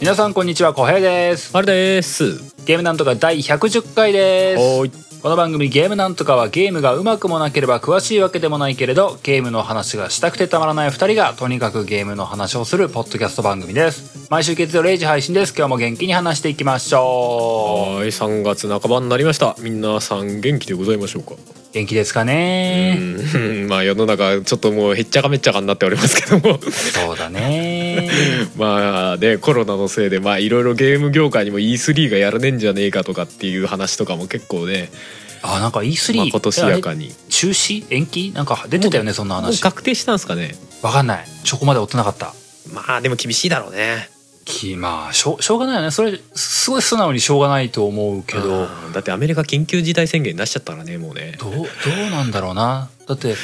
皆さんこんにちは小平ですあれです。ゲームなんとか第110回ですおい。この番組ゲームなんとかはゲームがうまくもなければ詳しいわけでもないけれどゲームの話がしたくてたまらない2人がとにかくゲームの話をするポッドキャスト番組です毎週月曜0時配信です今日も元気に話していきましょはい、三月半ばになりました。みなさん元気でございましょうか。う元気ですかねうん、 まあ世の中ちょっともうへっちゃかめっちゃかになっておりますけども、 そうだねまあねコロナのせいでまあいろいろゲーム業界にも E3 がやらねえんじゃねえかとかっていう話とかも結構ね、あなんか E3、まあ、今年やかあれに。中止延期なんか出てたよねそんなもう話確定したんですかね。わかんないそこまで追ってなかったまあでも厳しいだろうね。きまあしょうしょうがないよねそれすごい素直にしょうがないと思うけどうんだってアメリカ緊急事態宣言出しちゃったからねもうね。どうどうなんだろうなだって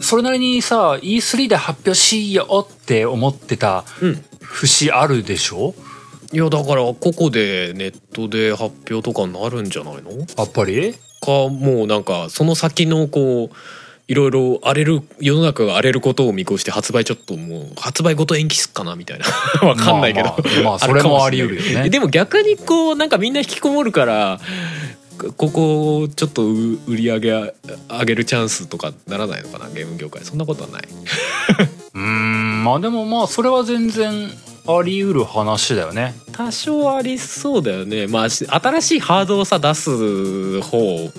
それなりにさ E3 で発表しようって思ってたうん。節あるでしょいやだからここでネットで発表とかになるんじゃないの？やっぱりかもうなんかその先のこういろいろ荒れる世の中が荒れることを見越して発売ちょっともう発売ごと延期すっかなみたいな わかんないけど、まあまあ まあそれもあり得るよねかもしれないでも逆にこうなんかみんな引きこもるからここをちょっとう売り上げ上げるチャンスとかならないのかなゲーム業界そんなことはないうーんまあでもまあそれは全然あり得る話だよね多少ありそうだよねまあし新しいハードをさ出す方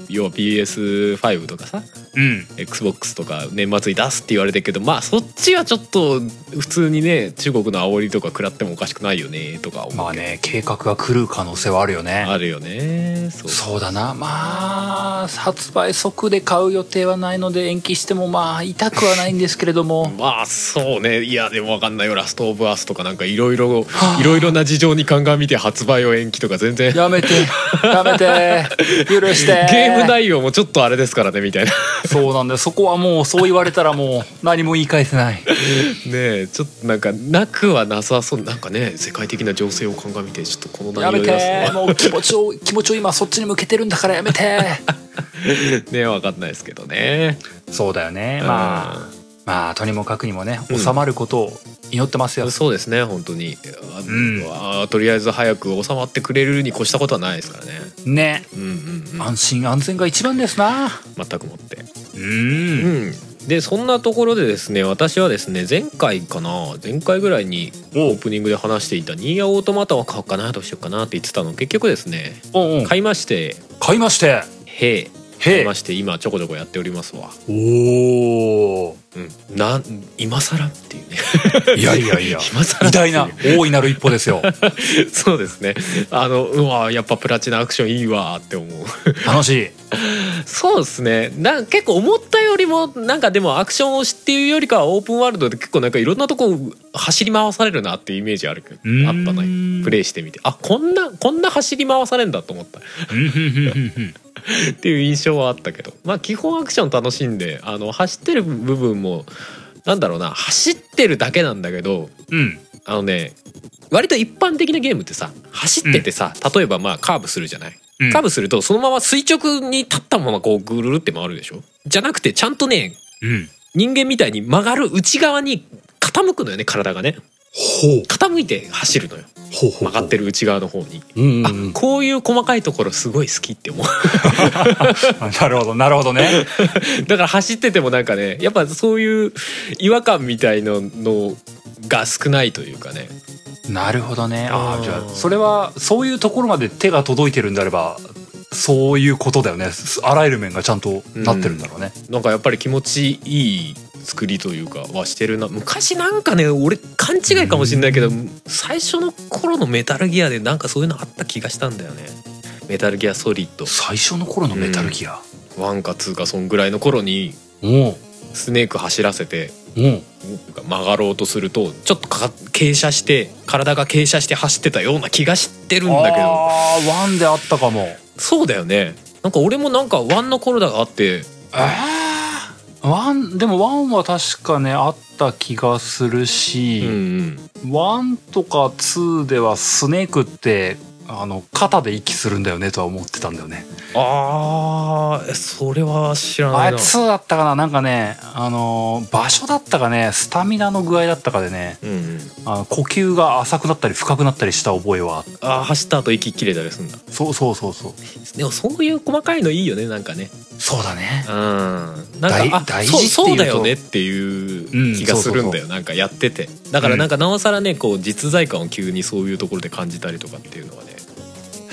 要は PS5 とかさうん、 XBOX とか年末に出すって言われてるけどまあそっちはちょっと普通にね中国の煽りとか食らってもおかしくないよねとか思う、まあね計画が狂う可能性はあるよねあるよねそうそうだなまあ発売即で買う予定はないので延期してもまあ痛くはないんですけれど もまあそうねいやでも分かんないよラストオブアースとかなんかいろいろはあいろいろな事情に鑑みて発売を延期とか全然やめてやめて許してゲーム内容もちょっとあれですからねみたいなそうなんだよそこはもうそう言われたらもう何も言い返せないねえちょっとなんかなくはなさそうなんかね世界的な情勢を鑑みてちょっとこのやめ内容出すのてはもう気持ちを気持ちを今そっちに向けてるんだからやめて ね分かんないですけどね そうだよねまあ、うんまあとにもかくにもねうん収まることを祈ってますよ、そうですね本当にあ、うんあとりあえず早く収まってくれるに越したことはないですからねねうんうん、うん、安心安全が一番ですな全くもってううんんでそんなところでですね私はですね前回かな前回ぐらいにオープニングで話していた「ニーヤオートマタ」は買おうかなどうしようかなって言ってたの結局ですねおうおう買いまして買いまして「へえ」買へいえまして今ちょこちょこやっておりますわ、おおうん、なん今更っていうねいやいやいや 今更偉大な大いなる一歩ですよそうですねあのうわやっぱプラチナアクションいいわって思う楽しいそうですねな結構思ったよりもなんかでもアクションを知っていうよりかはオープンワールドで結構なんかいろんなとこ走り回されるなっていうイメージあるけどうーんあったなプレイしてみてあこんなこんな走り回されるんだと思ったっていう印象はあったけどまあ基本アクション楽しんであの走ってる部分もなんだろうな走ってるだけなんだけどうんあのね割と一般的なゲームってさ走っててさ、例えばまあカーブするじゃない、うんカーブするとそのまま垂直に立ったままこうぐるるって回るでしょじゃなくてちゃんとねうん人間みたいに曲がる内側に傾くのよね体がねほう傾いて走るのよほうほう曲がってる内側の方に。うんうあんうんこういう細かいところすごい好きって思う なるほどなるほどね だから走っててもなんかねやっぱそういう違和感みたいののが少ないというかねなるほどねああうんじゃあそれはそういうところまで手が届いてるんであればそういうことだよねすあらゆる面がちゃんとなってるんだろうねなんかやっぱり気持ちいい作りというかはしてるな昔なんかね俺勘違いかもしれないけど最初の頃のメタルギアでなんかそういうのあった気がしたんだよねメタルギアソリッド最初の頃のメタルギア1か2かそんぐらいの頃におうスネーク走らせておう曲がろうとするとちょっとか傾斜して体が傾斜して走ってたような気がしてるんだけどああワンであったかもそうだよねなんか俺もなんか1の頃だがあってえーワンでもワンは確かねあった気がするうんうし、んワンとかツーではスネークってあの肩で息するんだよねとは思ってたんだよねあーえそれは知らなあいれな2だったかななんかねあのー場所だったかねスタミナの具合だったかでねうんうん、あの呼吸が浅くなったり深くなったりした覚えはあったあー走った後息切れたりするんだそうそうそうそうでもそういう細かいのいいよねなんかねそうだねうんなん大かあ大事っていそうそううとだよねっていう気がするんだよ、なんかやっててだからなんかなおさらねこう実在感を急にそういうところで感じたりとかっていうのはね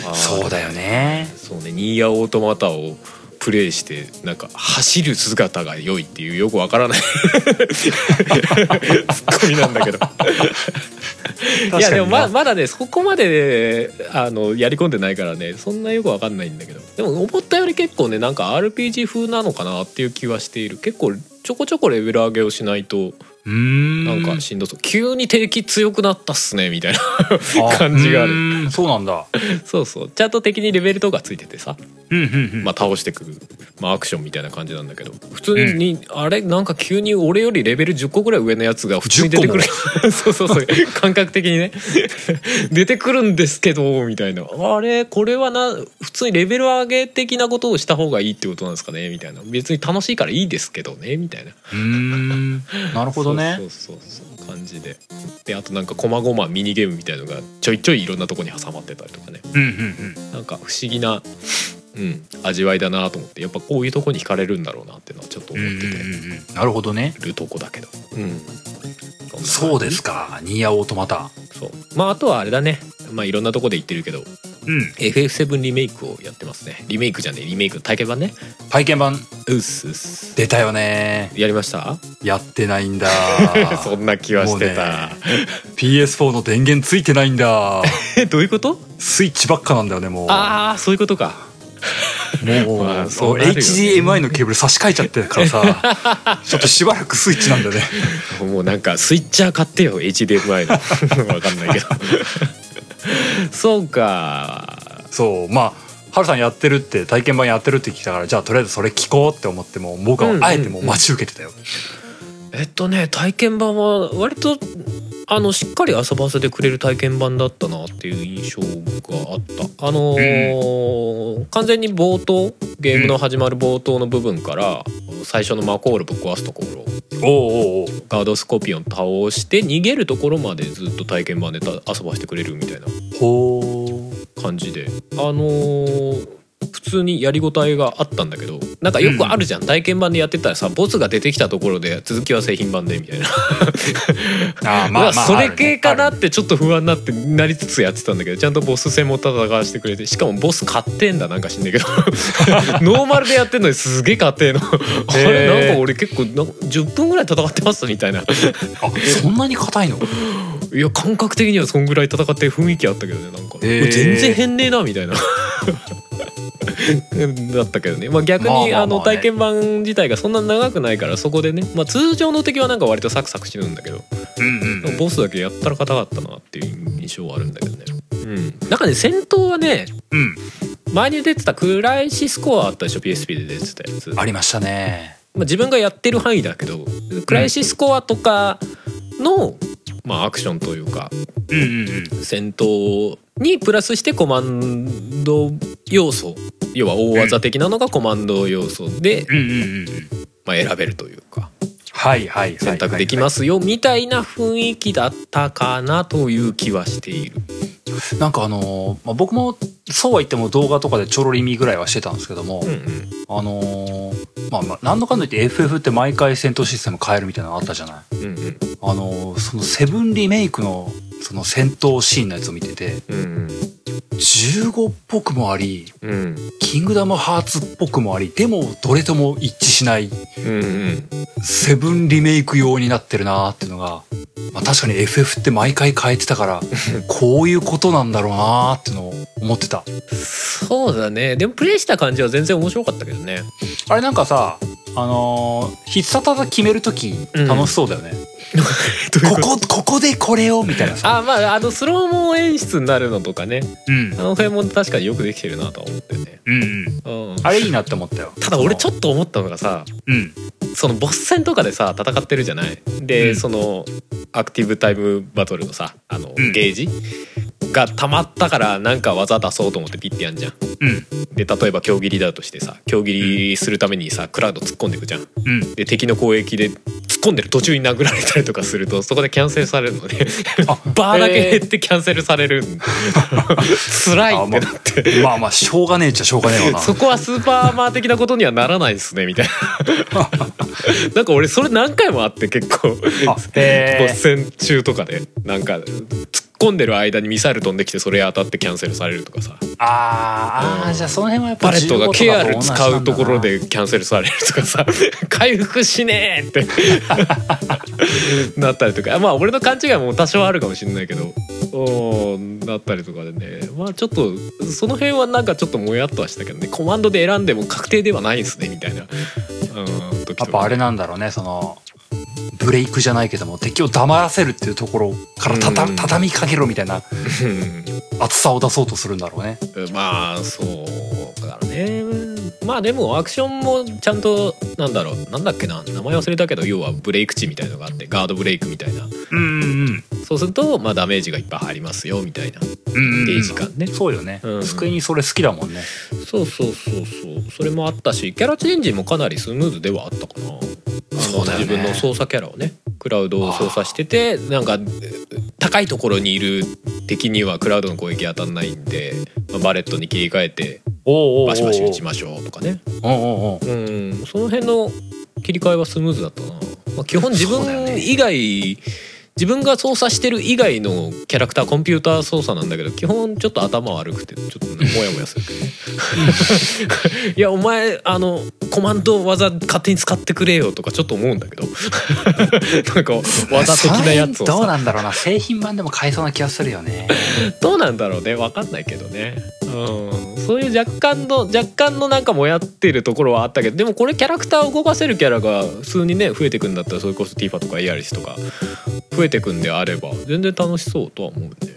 あーそうだよねそうねニーヤオートマタをプレイしてなんか走る姿が良いっていうよくわか らないツッコミなんだけど確いやかでもにまなまだねそこまで、ね、あのやり込んでないからねそんなよくわかんないんだけどでも思ったより結構ねなんか RPG 風なのかなっていう気はしている結構ちょこちょこレベル上げをしないとうーんなんかしんどそう急に敵強くなったっすねみたいな あ感じがあるうーんそうなんだそうそうちゃんと敵にレベルとかついててさ、うんうんうん、まあ、倒してく、まあ、アクションみたいな感じなんだけど普通に、あれなんか急に俺よりレベル10個ぐらい上のやつが普通に出てくる そうそうそう感覚的にね 出てくるんですけどみたいなあれこれはな普通にレベル上げ的なことをした方がいいってことなんですかねみたいな別に楽しいからいいですけどねみたいなうーんなるほどねそうそうそうそう感じでであとなんか細々ミニゲームみたいのがちょいちょいいろんなとこに挟まってたりとかねうんうんなんか不思議な、うん、味わいだなと思ってやっぱこういうとこに惹かれるんだろうなっていうのはちょっとうんう思んうっててんうんなるほどねるとこだけど、うん、そうですすかニーヤオートマタそうまああとはあれだねまあいろんなとこで言ってるけどうん FF7 リメイクをやってますねリメイクじゃねえリメイク体験版ね体験版うっすうっす出たよねやりましたやってないんだ そんな気はしてた、も PS4 の電源ついてないんだ どういうことスイッチばっかなんだよねもうああそういうことかもう,、まあそそううなるよね HDMI のケーブル差し替えちゃってるから さちょっとしばらくスイッチなんだよねもうなんかスイッチャー買ってよ HDMI のわかんないけど そうかそうまあハルさんやってるって体験版やってるって聞いたからじゃあとりあえずそれ聞こうって思ってもう僕うんうんうんはあえてもう待ち受けてたよ、えっとね体験版は割とあのしっかり遊ばせてくれる体験版だったなっていう印象があったあのー完全に冒頭ゲームの始まる冒頭の部分から、最初のマコールぶっ壊すところおうおうおうガードスコーピオン倒して逃げるところまでずっと体験版でた遊ばせてくれるみたいなほ感じであのー普通にやりごたえがあったんだけどなんかよくあるじゃん、体験版でやってたらさボスが出てきたところで続きは製品版でみたいな、うああまあそれ系かなあるっねてちょっと不安になってなりつつやってたんだけどちゃんとボス戦も戦わせてくれてしかもボス買ってんだなんか知んな いけどノーマルでやってんのにすげえ買ってんのあれへーなんか俺結構なんか10分ぐらい戦ってますみたいなあそんなに硬いのいや感覚的にはそんぐらい戦ってる雰囲気あったけどねなんか、へー全然変ねえなみたいな だったけどね、まあ、逆に、まああまあまあのね体験版自体がそんな長くないからそこでね、まあ、通常の敵はなんか割とサクサク死ぬんだけど、うんうんボスだけやったら硬かったなっていう印象はあるんだけどね、うん、なんかね戦闘はねうん前に出てたクライシスコアあったでしょ PSP で出てたやつありましたねまあ、自分がやってる範囲だけどクライシスコアとかの、まあ、アクションというかうんうんうん戦闘にプラスしてコマンド要素要は大技的なのがコマンド要素で、うんうんうんうんまあ、選べるというかはいはいはいはい選択できますよみたいな雰囲気だったかなという気はしている。なんかあのーまあ、僕もそうは言っても動画とかでちょろり見ぐらいはしてたんですけども、うんうんあのーまあまあ何度かんだ言って FF って毎回戦闘システム変えるみたいなのあったじゃないうんうんあのーそのセブンリメイクのその戦闘シーンのやつを見ててうん15っぽくもありうんうんキングダムハーツっぽくもありでもどれとも一致しないうんセブンリメイク用になってるなーっていうのが、まあ、確かに FF って毎回変えてた からこういうことなんだろうなーっていうのを思ってたそうだねでもプレイした感じは全然面白かったけどねあれなんかさあのー必殺技決める時うん楽しそうだよね、ここここここでこれをみたいなさあまああのスローモー演出になるのとかねうんあの辺も確かによくできてるなとは思ってね、うんうんうん、あれいいなって思ったよただ俺ちょっっと思ったのがさとうんそのボス戦とかでさ戦ってるじゃないで、うんそのアクティブタイムバトルのさあの、うんゲージが溜まったからなんか技出そうと思ってピッてやんじゃんうんで例えば強切りだとしてさ強切りするためにさクラウド突っ込んでいくじゃんうんで敵の攻撃で突っ込んでる途中に殴られたりとかするとそこでキャンセルされるので バーだけ減ってキャンセルされる、 辛いってなってまあまあしょうがねえっちゃしょうがねえわなそこはスーパーマー的なことにはならないですねみたい ななんか俺それ何回もあって結構あへーボス戦中とかでなんか突っ込んでる間にミサイル飛んできてそれ当たってキャンセルされるとかさあーあーじゃあその辺はやっぱバレットがケアル使うところ15でキャンセルされるとかさ 回復しねえって なったりとかまあ俺の勘違いも多少あるかもしれないけどおーなったりとかでねまあちょっとその辺はなんかちょっともやっとはしたけどねコマンドで選んでも確定ではないですねみたいな。うんや時とっかぱあれなんだろうねそのブレイクじゃないけども敵を黙らせるっていうところからたたうん畳みかけろみたいなうん厚さを出そうとするんだろうねまあそうだからねまあでもアクションもちゃんとなんだろうなんだっけな名前忘れたけど要はブレイク値みたいのがあってガードブレイクみたいなうんうんそうすると、まあ、ダメージがいっぱい入りますよみたいなうんうんゲージ感ね、そうよねうん机にそれ好きだもんねそうそうそうそうそれもあったしキャラチェンジもかなりスムーズではあったかなあのそうだよね自分の操作キャラをねクラウドを操作しててなんかえー高いところにいる敵にはクラウドの攻撃当たんないんで、まあバレットに切り替えておうおうおうおうバシバシ打ちましょうとかねおうおうおううんその辺の切り替えはスムーズだったな、まあ、基本自そうだよ分ね以外、自分が操作してる以外のキャラクターコンピューター操作なんだけど基本ちょっと頭悪くてちょっとねモヤモヤするけどね いやお前あのコマンド技勝手に使ってくれよとかちょっと思うんだけど なんか技的なやつその辺どをうさなんだろうな製品版でも買えそうな気がするよねどうなんだろうね分かんないけどね、うん、そういう若干の若干のなんかもやってるところはあったけどでもこれキャラクターを動かせるキャラが普通にね増えてくんだったらそれこそティファとかエアリスとか増えてくんであれば全然楽しそうとは思うね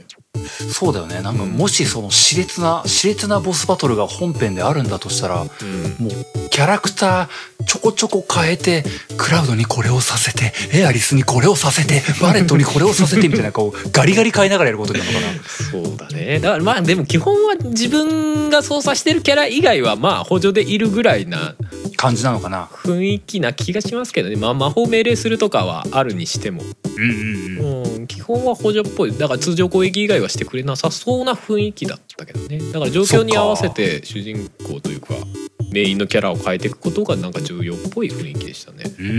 そうだよねなんかもしその熾烈な熾烈なボスバトルが本編であるんだとしたらうんもうキャラクターちょこちょこ変えてクラウドにこれをさせてエアリスにこれをさせてバレットにこれをさせてみたいなこうガリガリ変えながらやることなのかなそうだねだからまあでも基本は自分が操作してるキャラ以外はまあ補助でいるぐらいな感じなのかな雰囲気な気がしますけどね、まあ、魔法命令するとかはあるにしてもうんうんうんうん、基本は補助っぽいだから通常攻撃以外はしてくれなさそうな雰囲気だったけどねだから状況に合わせて主人公というかメインのキャラを変えていくことがなんか重要っぽい雰囲気でしたねうー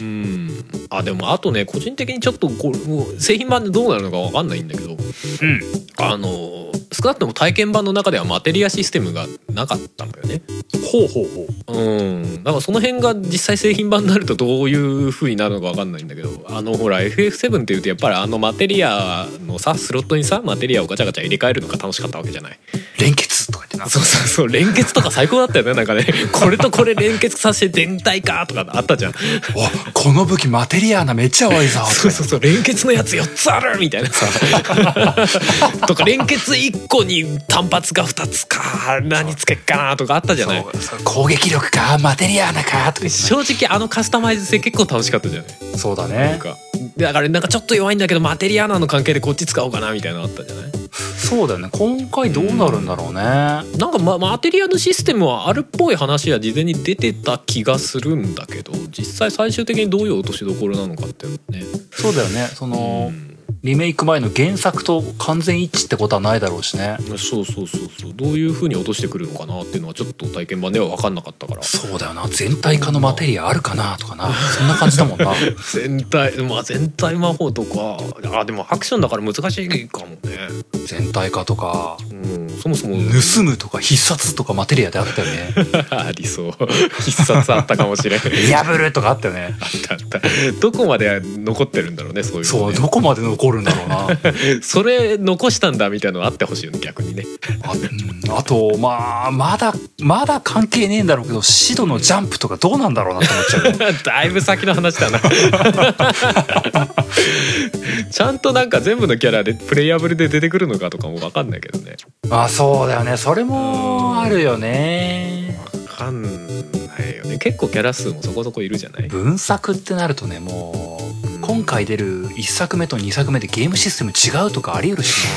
うんんあでもあとね個人的にちょっとこうもう製品版でどうなるのかわかんないんだけどうんあの少なくとも体験版の中ではマテリアシステムがなかったんだよねほうほうほううんだからその辺が実際製品版になるとどういう風になるのか分かんないんだけどあのほら FF7 っていうとやっぱりあのマテリアのさスロットにさマテリアをガチャガチャ入れ替えるのが楽しかったわけじゃない連結とか言ってなそうそうそう連結とか最高だったよねなん かねこれとこれ連結させて全体かとかあったじゃんおこの武器マテリアーナめっちゃ多いぞそうそうそう連結のやつ4つあるみたいな さとか連結1個に単発が2つか何つけっかなとかあったじゃないそうそう攻撃力かマテリアーナかとか言って正直あのカスタマイズ性結構楽しかったじゃないなそうだなんねかだからなんかちょっと弱いんだけどマテリアーナの関係でこっち使おうかなみたいなのあったじゃないそうだよね今回どうなるんだろうねなんか、ま、マテリアのシステムはあるっぽい話は事前に出てた気がするんだけど実際最終的にどういう落としどころなのかっていうのねそうだよねそのうリメイク前の原作と完全一致ってことはないだろうしねんそうそうそうそうどういうふうに落としてくるのかなっていうのはちょっと体験版では分かんなかったからそうだよな全体化のマテリアあるかなとかなそんな感じだもん な全体まあ全体魔法とかあでもアクションだから難しいかもね、全体化とかうん、そもそも盗むとか必殺とかマテリアであったよね ありそう 必殺あったかもしれ ん破るとかあったよねあったあったどこまで残ってるんだろうねそういうそのうねどこまで残るんだろうな それ残したんだみたいなのあってほしいよね逆にね あ,、うんあとまあまだまだ関係ねえんだろうけどシドのジャンプとかどうなんだろうなって思っち ゃうだいぶ先の話だな ちゃんとなんか全部のキャラでプレイアブルで出てくるのかとかも分かんないけどねあそうだよねそれもあるよね分かんないよね結構キャラ数もそこそこいるじゃない分作ってなるとねもう今回出る1作目と2作目でゲームシステム違うとかあり得るし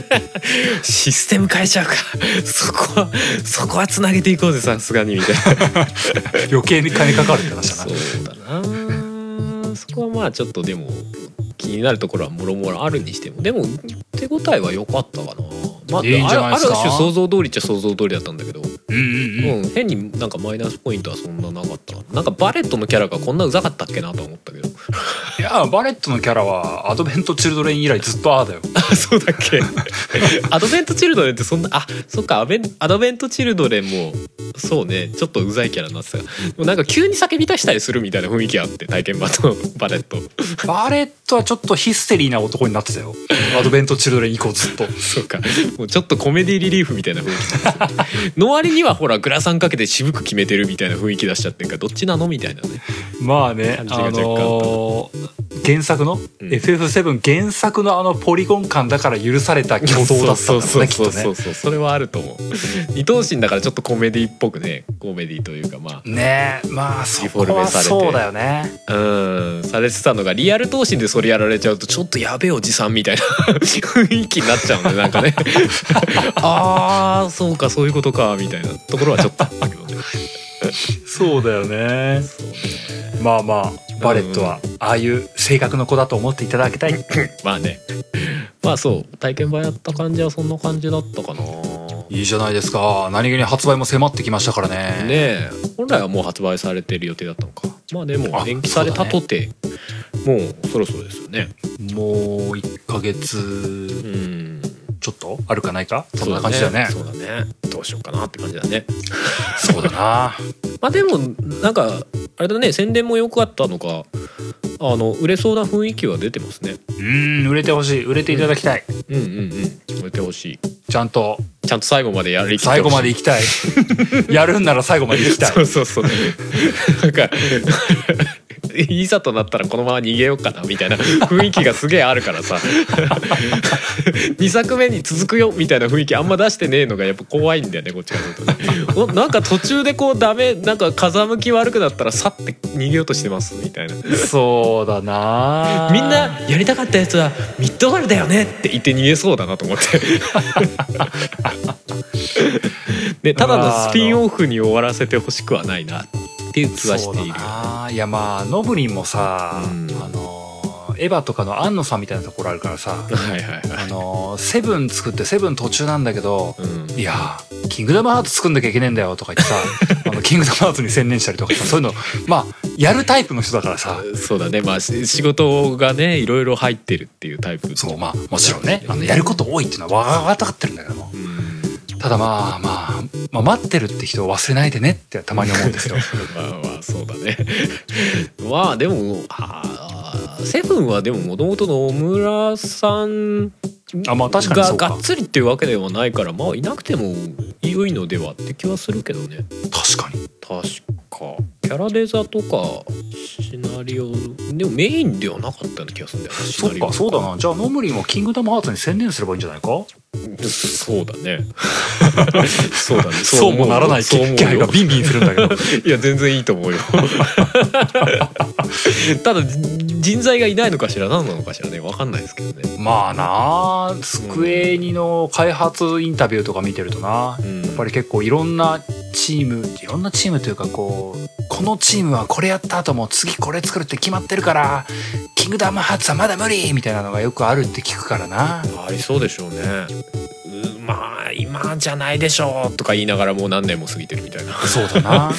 システム変えちゃうかそこはそこはつなげていこうぜさすがにみたいなな余計に金かかるって話だそなうだなそこはまあちょっとでも気になるところはもろもろあるにしてもでも手応えは良かったかな、まあ、いいんじゃないあるあでするか種想像通りっちゃ想像通りだったんだけど、ううんうんうんん、変になんかマイナスポイントはそんななかったなんかバレットのキャラがこんなうざかったっけなとは思ったけど いやバレットのキャラはアドベント・チルドレイン以来ずっとああだ よあそうだっけアドベントチルドレンってそんなあそっかアベンアドベントチルドレンもそうねちょっとうざいキャラになってたがでもなんか急に叫び出したりするみたいな雰囲気あって体験版とバレットバレットはちょっとヒステリーな男になってたよ アドベント・チルドレイン以降ずっとそうかもうちょっとコメディリリーフみたいな雰囲気の割にはほらグラサンかけて渋く決めてるみたいな雰囲気出しちゃってるからどっちなのみたいなねまあねあ感じが若干のー原作の、ん FF7 原作のあのポリゴン感だから許された競争だったんだろうねきっそうとそねうそうそれはあると思う二等身だからちょっとコメディっぽくねコメディというかまねえまあそリフォこルメはされてそうだよねあうんされてたのがリアル等身でそれやられちゃうとちょっとやべえおじさんみたいな 雰囲気になっちゃうんでなんか ねああそうかそういうことかみたいなところはちょっとあったけどねそうだよねまあまあバレットはああいう性格の子だと思っていただきたい、まあね まあそう体験版やった感じはそんな感じだったかなねいいじゃないですか何気に発売も迫ってきましたからねえ本来はもう発売されてる予定だったのかまあでもあ延期されたとて、もうそろそろですよねもう1ヶ月うんちょっとあるかないかそんな感じだよねそうだねどうしようかなって感じだね そうだな まあでもなんかあれだね宣伝も良かったのかあの売れそうな雰囲気は出てますねうん売れてほしい売れていただきたい、うんうんうん売れてほしいちゃんとちゃんと最後までやりきってほしい最後まで行き たいやるんなら最後まで行きたいそうそうそう。なんか。いざとなったらこのまま逃げようかなみたいな雰囲気がすげえあるか らさ2作目に続くよみたいな雰囲気あんま出してねえのがやっぱ怖いんだよねこっちがするとねおなんか途中でこうダメなんか風向き悪くなったらさって逃げようとしてますみたいなそうだなみんなやりたかったやつはミッドガルだよねって言って逃げそうだなと思って でただのスピンオフに終わらせてほしくはないなっていう気はしそているうだないやまあノブリンもさ、うんあのエヴァとかの庵野さんみたいなところあるからさはいはいはあい、のセブン作ってセブン途中なんだけどうん、いやーキングダムハーツ作んなきゃいけねえんだよとか言って さあのキングダムハーツに専念したりとかさそういうのまあやるタイプの人だからさそうだねまあし仕事がねいろいろ入ってるっていうタイプそうまあもちろんねあのやること多いっていうのは分かってるんだけどもうんただまあまあ、まあ、待ってるって人を忘れないでねってたまに思うん ですよまあまあそうだねまあでもあーセブンはでももともと野村さんあまあ確かにそうかががっつりっていうわけではないからまあいなくても良いのではって気はするけどね確かに確かキャラデザとかシナリオでもメインではなかったような気がするんだよなシそナっリオかそうだなじゃあノブリンもキングダムハーツに専念すればいいんじゃないか そうだね そうだねそうもならない気そう思うよ配がビンビンするんだけどいや全然いいと思うよ ただ人材がいないのかしら何なのかしらね分かんないですけどねまあなあスクエニの開発インタビューとか見てるとなうんやっぱり結構いろんなチームいろんなチームというかこうこのチームはこれやった後も次これ作るって決まってるからキングダムハーツはまだ無理みたいなのがよくあるって聞くからなありそうでしょうねうまあ今じゃないでしょうとか言いながらもう何年も過ぎてるみたいなそうだな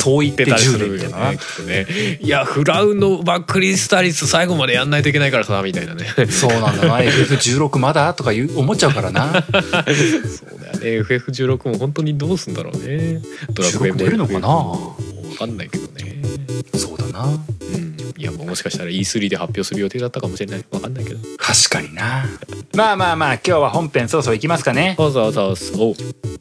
そう言ってたりす10る年みよたいなねきっとねいやフラウのバックリスタリス最後までやんないといけないからさみたいなね そうなんだな FF16 まだとか言う思っちゃうからなそうだよね FF16 も本当にどうすんだろうねドラクエ16も出るのかな FF も分かんないけどねそうだなうんいやもしかしたら E3 で発表する予定だったかもしれない分かんないけど確かになまあまあまあ今日は本編そろそろいきますかねそうそうそうそう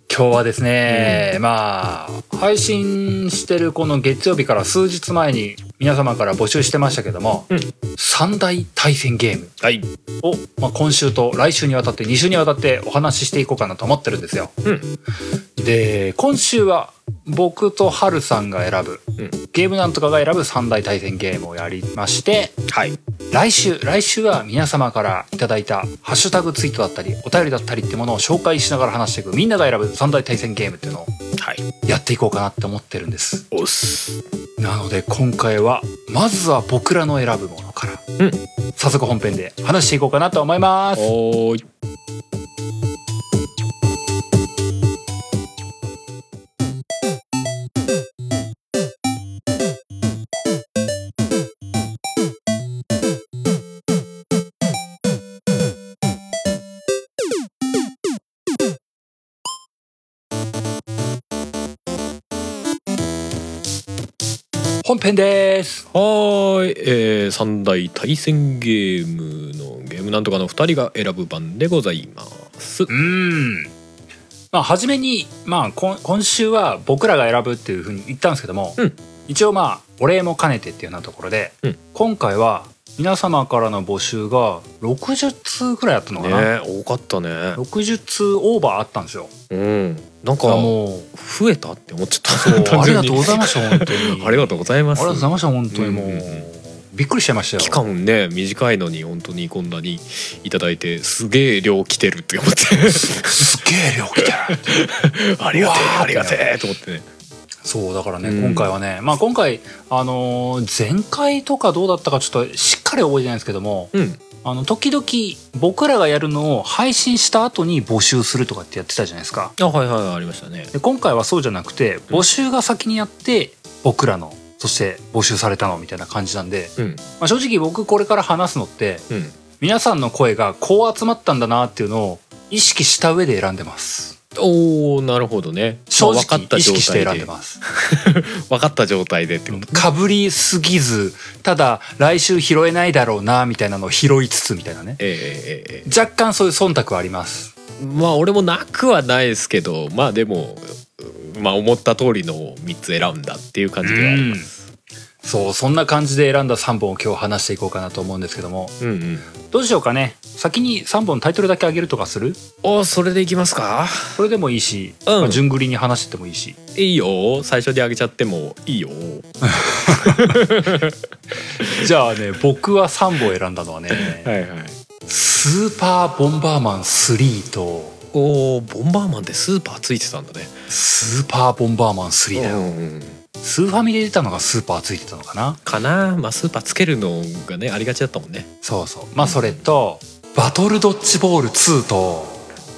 今日はですね、まあ配信してるこの月曜日から数日前に皆様から募集してましたけども、うん三大対戦ゲームはいを、まあ、今週と来週にわたって2週にわたってお話ししていこうかなと思ってるんですようんで今週は僕とハルさんが選ぶ、うんゲームなんとかが選ぶ三大対戦ゲームをやりましてはい来週来週は皆様からいただいたハッシュタグツイートだったりお便りだったりってものを紹介しながら話していくみんなが選ぶ三大対戦ゲームっていうのをはいやっていこうかなって思ってるんですおっすなので今回はまずは僕らの選ぶものから、うん早速本編で話していこうかなと思いますおーい本編ですはーい、えー、三大対戦ゲームのゲームなんとかの2人が選ぶ番でございますうーんまあ初めに、まあ、今今週は僕らが選ぶっていうふうに言ったんですけども、うん一応まあお礼も兼ねてっていうようなところで、うん今回は皆様からの募集が60通ぐらいあったのかな、ね多かったね60通オーバーあったんですよ。うんなんだかから もう増えたって思っちゃ そうったありがとうございましした本当に ありがとうございますありがとうございました本当にもう、うんうんうんびっくりしちゃいましたよ期間ね短いのに本当にこんなにいただいてすげえ量来てるって思ってすげえ量来てる ありがうわてえーありがてえと思ってねそうだからね、うん今回はねまあ今回あのー前回とかどうだったかちょっとしっかり覚えてないんですけどもうんあの時々僕らがやるのを配信した後に募集するとかってやってたじゃないですかあはいはいありましたねで今回はそうじゃなくて募集が先にやって僕らのそして募集されたのみたいな感じなんで、うんまあ、正直僕これから話すのってうん皆さんの声がこう集まったんだなっていうのを意識した上で選んでますおおなるほどね正まあ分か直った意状識して態選んででます分かった状態でってことかぶりすぎずただ来週拾えないだろうなみたいなのを拾いつつみたいなねえええええ若干そういう忖度はありますえまあ俺もなくはないですけどまあでもうんまあ思った通りのを3つ選んだっていう感じではありますそうそんな感じで選んだ3本を今日話していこうかなと思うんですけどもうんうんどうしようかね先に3本タイトルだけ上げるとかするおそれでいきますかそれでもいいし、うんまあ順繰りに話してってもいいしいいよ最初にあげちゃってもいいよじゃあね僕は3本選んだのはね、はいはいスーパーボンバーマン3とおーボンバーマンってスーパーついてたんだねスーパーボンバーマン3だよ、うんうんうんスーファミで出たのがスーパーついてたのかなかなまあスーパーつけるのがねありがちだったもんねそうそうまあそれとバトルドッジボール2と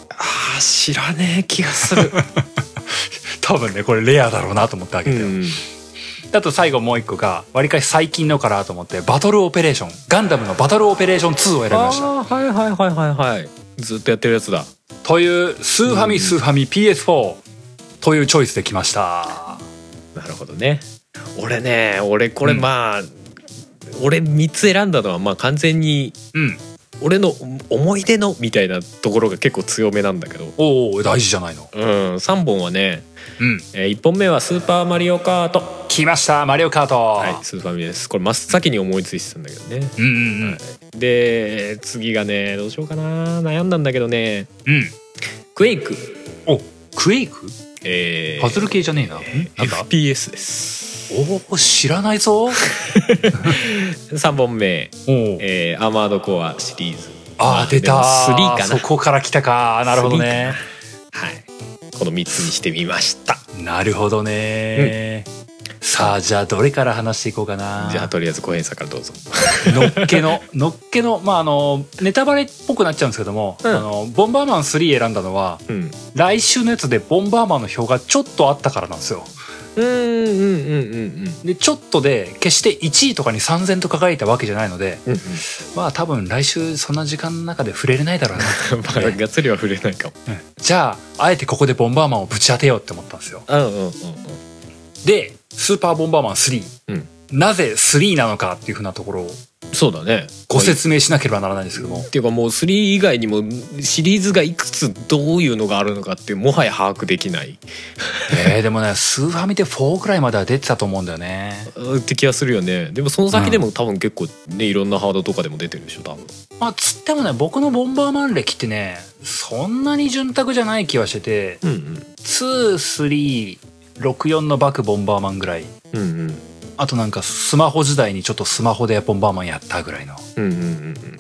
あー知らねえ気がする多分ねこれレアだろうなと思ってあうげてよ、んあと最後もう一個がわりかし最近のかなと思ってバトルオペレーションガンダムのバトルオペレーション2を選びましたあーはいはいはいはいはいずっとやってるやつだというスーファうミんスーファミ PS4 というチョイスできましたなるほどね俺ね俺これうんまあ、俺3つ選んだのはまあ完全にうん俺の思い出のみたいなところが結構強めなんだけどおお大事じゃないのうん3本はね、うんえ1本目は「スーパーマリオカート来ましたマリオカート」はいスーファミですこれ真っ先に思いついてたんだけどねうんうんうんで次がねどうしようかな悩んだんだけどねうんクエイク、おクエイクえーパズル系じゃねえな、なんだ FPS ですおお知らないぞ3本目、おおえーアーマードコアシリーズまあー出たでもー3かなそこから来たかなるほどねはいこの3つにしてみましたなるほどね、さあじゃあどれから話していこうかなじゃあとりあえず小平さんからどうぞのっけののっけのまああのネタバレっぽくなっちゃうんですけども、うんあのボンバーマン3選んだのはうんうん来週のやつでボンバーマンの票がちょっとあったからなんですようんうんうんうんでちょっとで決して1位とかに三千と輝いたわけじゃないのでうんまあ多分来週そんな時間の中で触れれないだろうな まあがっつりは触れないかもじゃああえてここでボンバーマンをぶち当てようって思ったんですようんうんうんうんで「スーパーボンバーマン3」うんなぜ3なのかっていうふうなところをそうだねご説明しなければならないんですけども、っていうかもう3以外にもシリーズがいくつどういうのがあるのかってもはや把握できないえーでもねスーファミで4くらいまでは出てたと思うんだよねうんって気がするよねでもその先でも多分結構ねいろんなハードとかでも出てるでしょ多分まあつってもね僕のボンバーマン歴ってねそんなに潤沢じゃない気はしててうん23 64のバクボンバーマンぐらいうんうんあとなんかスマホ時代にちょっとスマホでボンバーマンやったぐらいのうんうんうん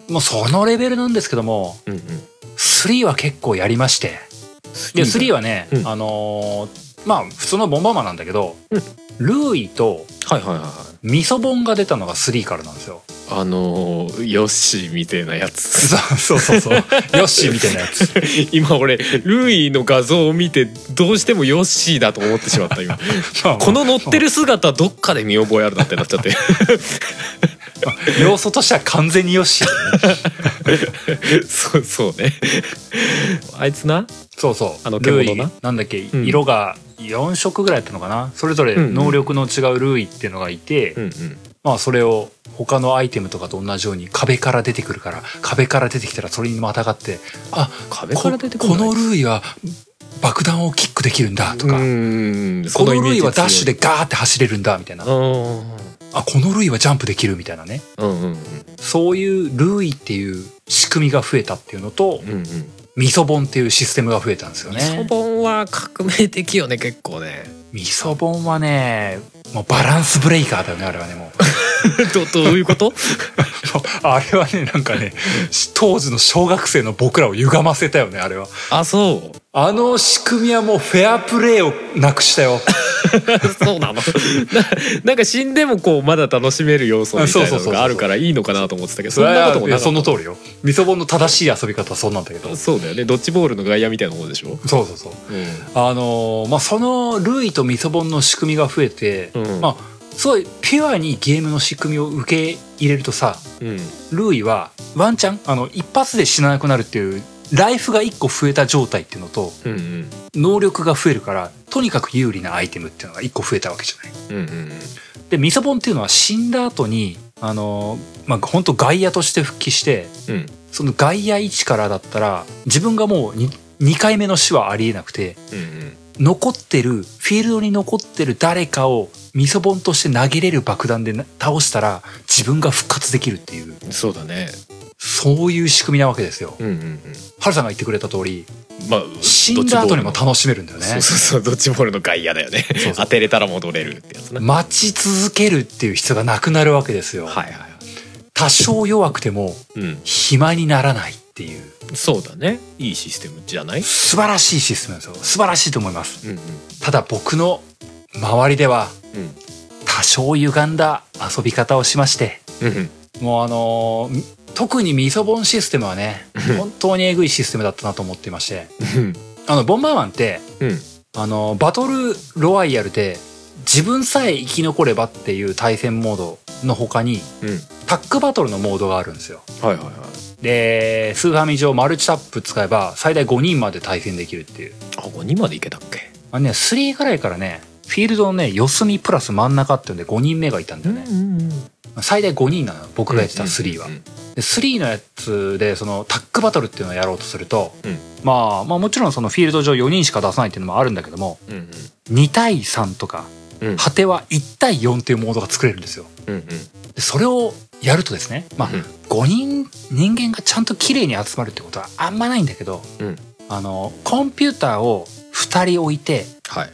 うんもうそのレベルなんですけどもうんうん3は結構やりましてで3はね、うんあのーまあ普通のボンバーマンなんだけど、うんルーイとはいはいはいはいミソボンが出たのが3からなんですよあのーヨッシーみたいなやつ そうそうそうヨッシーみたいなやつ今俺ルイの画像を見てどうしてもヨッシーだと思ってしまった 今 この乗ってる姿どっかで見覚えあるなってなっちゃって 要素としては完全にヨッシーだねそうそうねあいつなそうそうあのル獣ーなイなんだっけ、ん色が4色ぐらいやったのかなそれぞれうんうん能力の違うルーイっていうのがいて、うんうんまあそれを他のアイテムとかと同じように壁から出てくるから壁から出てきたらそれにまたがってあ壁から出てくるここのルーイは爆弾をキックできるんだとか、ここのルイはダッシュでガーって走れるんだみたいな、うあこのルイはジャンプできるみたいなねんうんうんそういうルイっていう仕組みが増えたっていうのとうんうんミソボンっていうシステムが増えたんですよミソねボンは革命的よね結構ねミソボンはねもうバランスブレイカーだよねあれはねもう ど どういう こともうあれはねなんかね当時の小学生の僕らを歪ませたよねあれはあそあの仕組みはもうフェアプレーをなくしたよ。うそうなのな なんか死んでもこうまだ楽しめる要素みたいなのがあるからいいのかなと思ってたけど そんなこともいなやかそっの通りよ。みそぼんの正しい遊び方はそうなんだけどた。そうだよねドッジボールの外野みたいなもんでしょそうそうそう。うあのーまあ、そのルイとみそぼんの仕組みが増えて、うんまあ、すごいピュアにゲームの仕組みを受け入れるとさ、んうんルイはワンチャン、あの、一発で死ななくなるっていう、ライフが一個増えた状態っていうのと、うんうん能力が増えるから、とにかく有利なアイテムっていうのが一個増えたわけじゃない。うんうんでミソボンっていうのは死んだ後にあのまあ本当外野として復帰してうんその外野位置からだったら自分がもう 2, 回目の死はありえなくてうん残ってるフィールドに残ってる誰かをミソボンとして投げれる爆弾でな倒したら自分が復活できるっていううんそうだねそういう仕組みなわけですよ。うんうんうんハルさんが言ってくれた通りまあ死んだ後にも楽しめるんだよね。そうそうそうドッジボールの外野だよねそうそう当てれたら戻れるってやつな待ち続けるっていう必要がなくなるわけですよ。はいはいはい多少弱くてもうん暇にならないっていう。そうだねいいシステムじゃない素晴らしいシステムですよ素晴らしいと思いますうんうんただ僕の周りではうん多少歪んだ遊び方をしましてうんもうあのーみ特にミソボンシステムはねうん本当にえぐいシステムだったなと思っていましてうんあのボンバーマンってうんあのバトルロワイヤルで自分さえ生き残ればっていう対戦モードの他にうんタックバトルのモードがあるんですよはいはいはいでスーファミ上マルチタップ使えば最大5人まで対戦できるっていうあここ2までいけたっけあのね、3ぐらいからね、フィールドのね、四隅プラス真ん中っていうんで5人目がいたんだよね。んうん最大5人なの、僕がやってた3はうん。うんで、3のやつで、そのタックバトルっていうのをやろうとすると、うんまあ、まあもちろんそのフィールド上4人しか出さないっていうのもあるんだけども、うん2対3とか、うん果ては1対4っていうモードが作れるんですよ。うんうんで、それをやるとですね、まあうん、 5人、人間がちゃんと綺麗に集まるってことはあんまないんだけど、うんあの、コンピューターを2人置いて、はい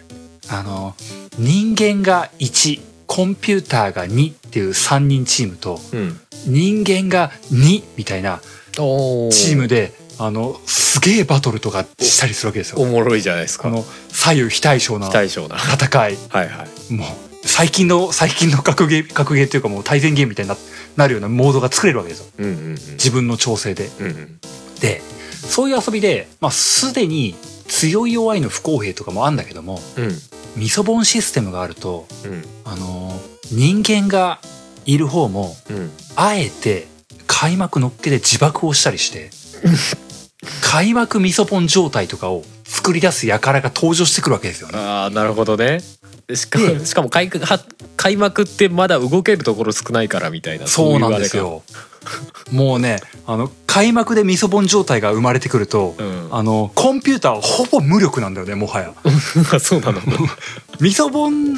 あの人間が1コンピューターが2っていう3人チームとうん人間が2みたいなおチームであのすげえバトルとかしたりするわけですおよ。もろいじゃないですこかの左右非対称な非対称なは戦いいはいもう最近の最近の格ゲー格ゲーというかもう対戦ゲームみたいにななるようなモードが作れるわけですようんうんうん自分の調整で。うんうんでそういう遊びで、まあ、すでに強い弱いの不公平とかもあるんだけどもうんミソボンシステムがあるとうんあの人間がいる方もうんあえて開幕のっけで自爆をしたりして開幕ミソポン状態とかを作り出す輩が登場してくるわけですよね。ああなるほどねしかもでしかも開幕は開幕ってまだ動けるところ少ないからみたいなそうなんいあれですよ。もうねあの開幕でミソポン状態が生まれてくると、かうんああのコ ンピューターはほぼ無力なんだよねもはや。そうなのミソボン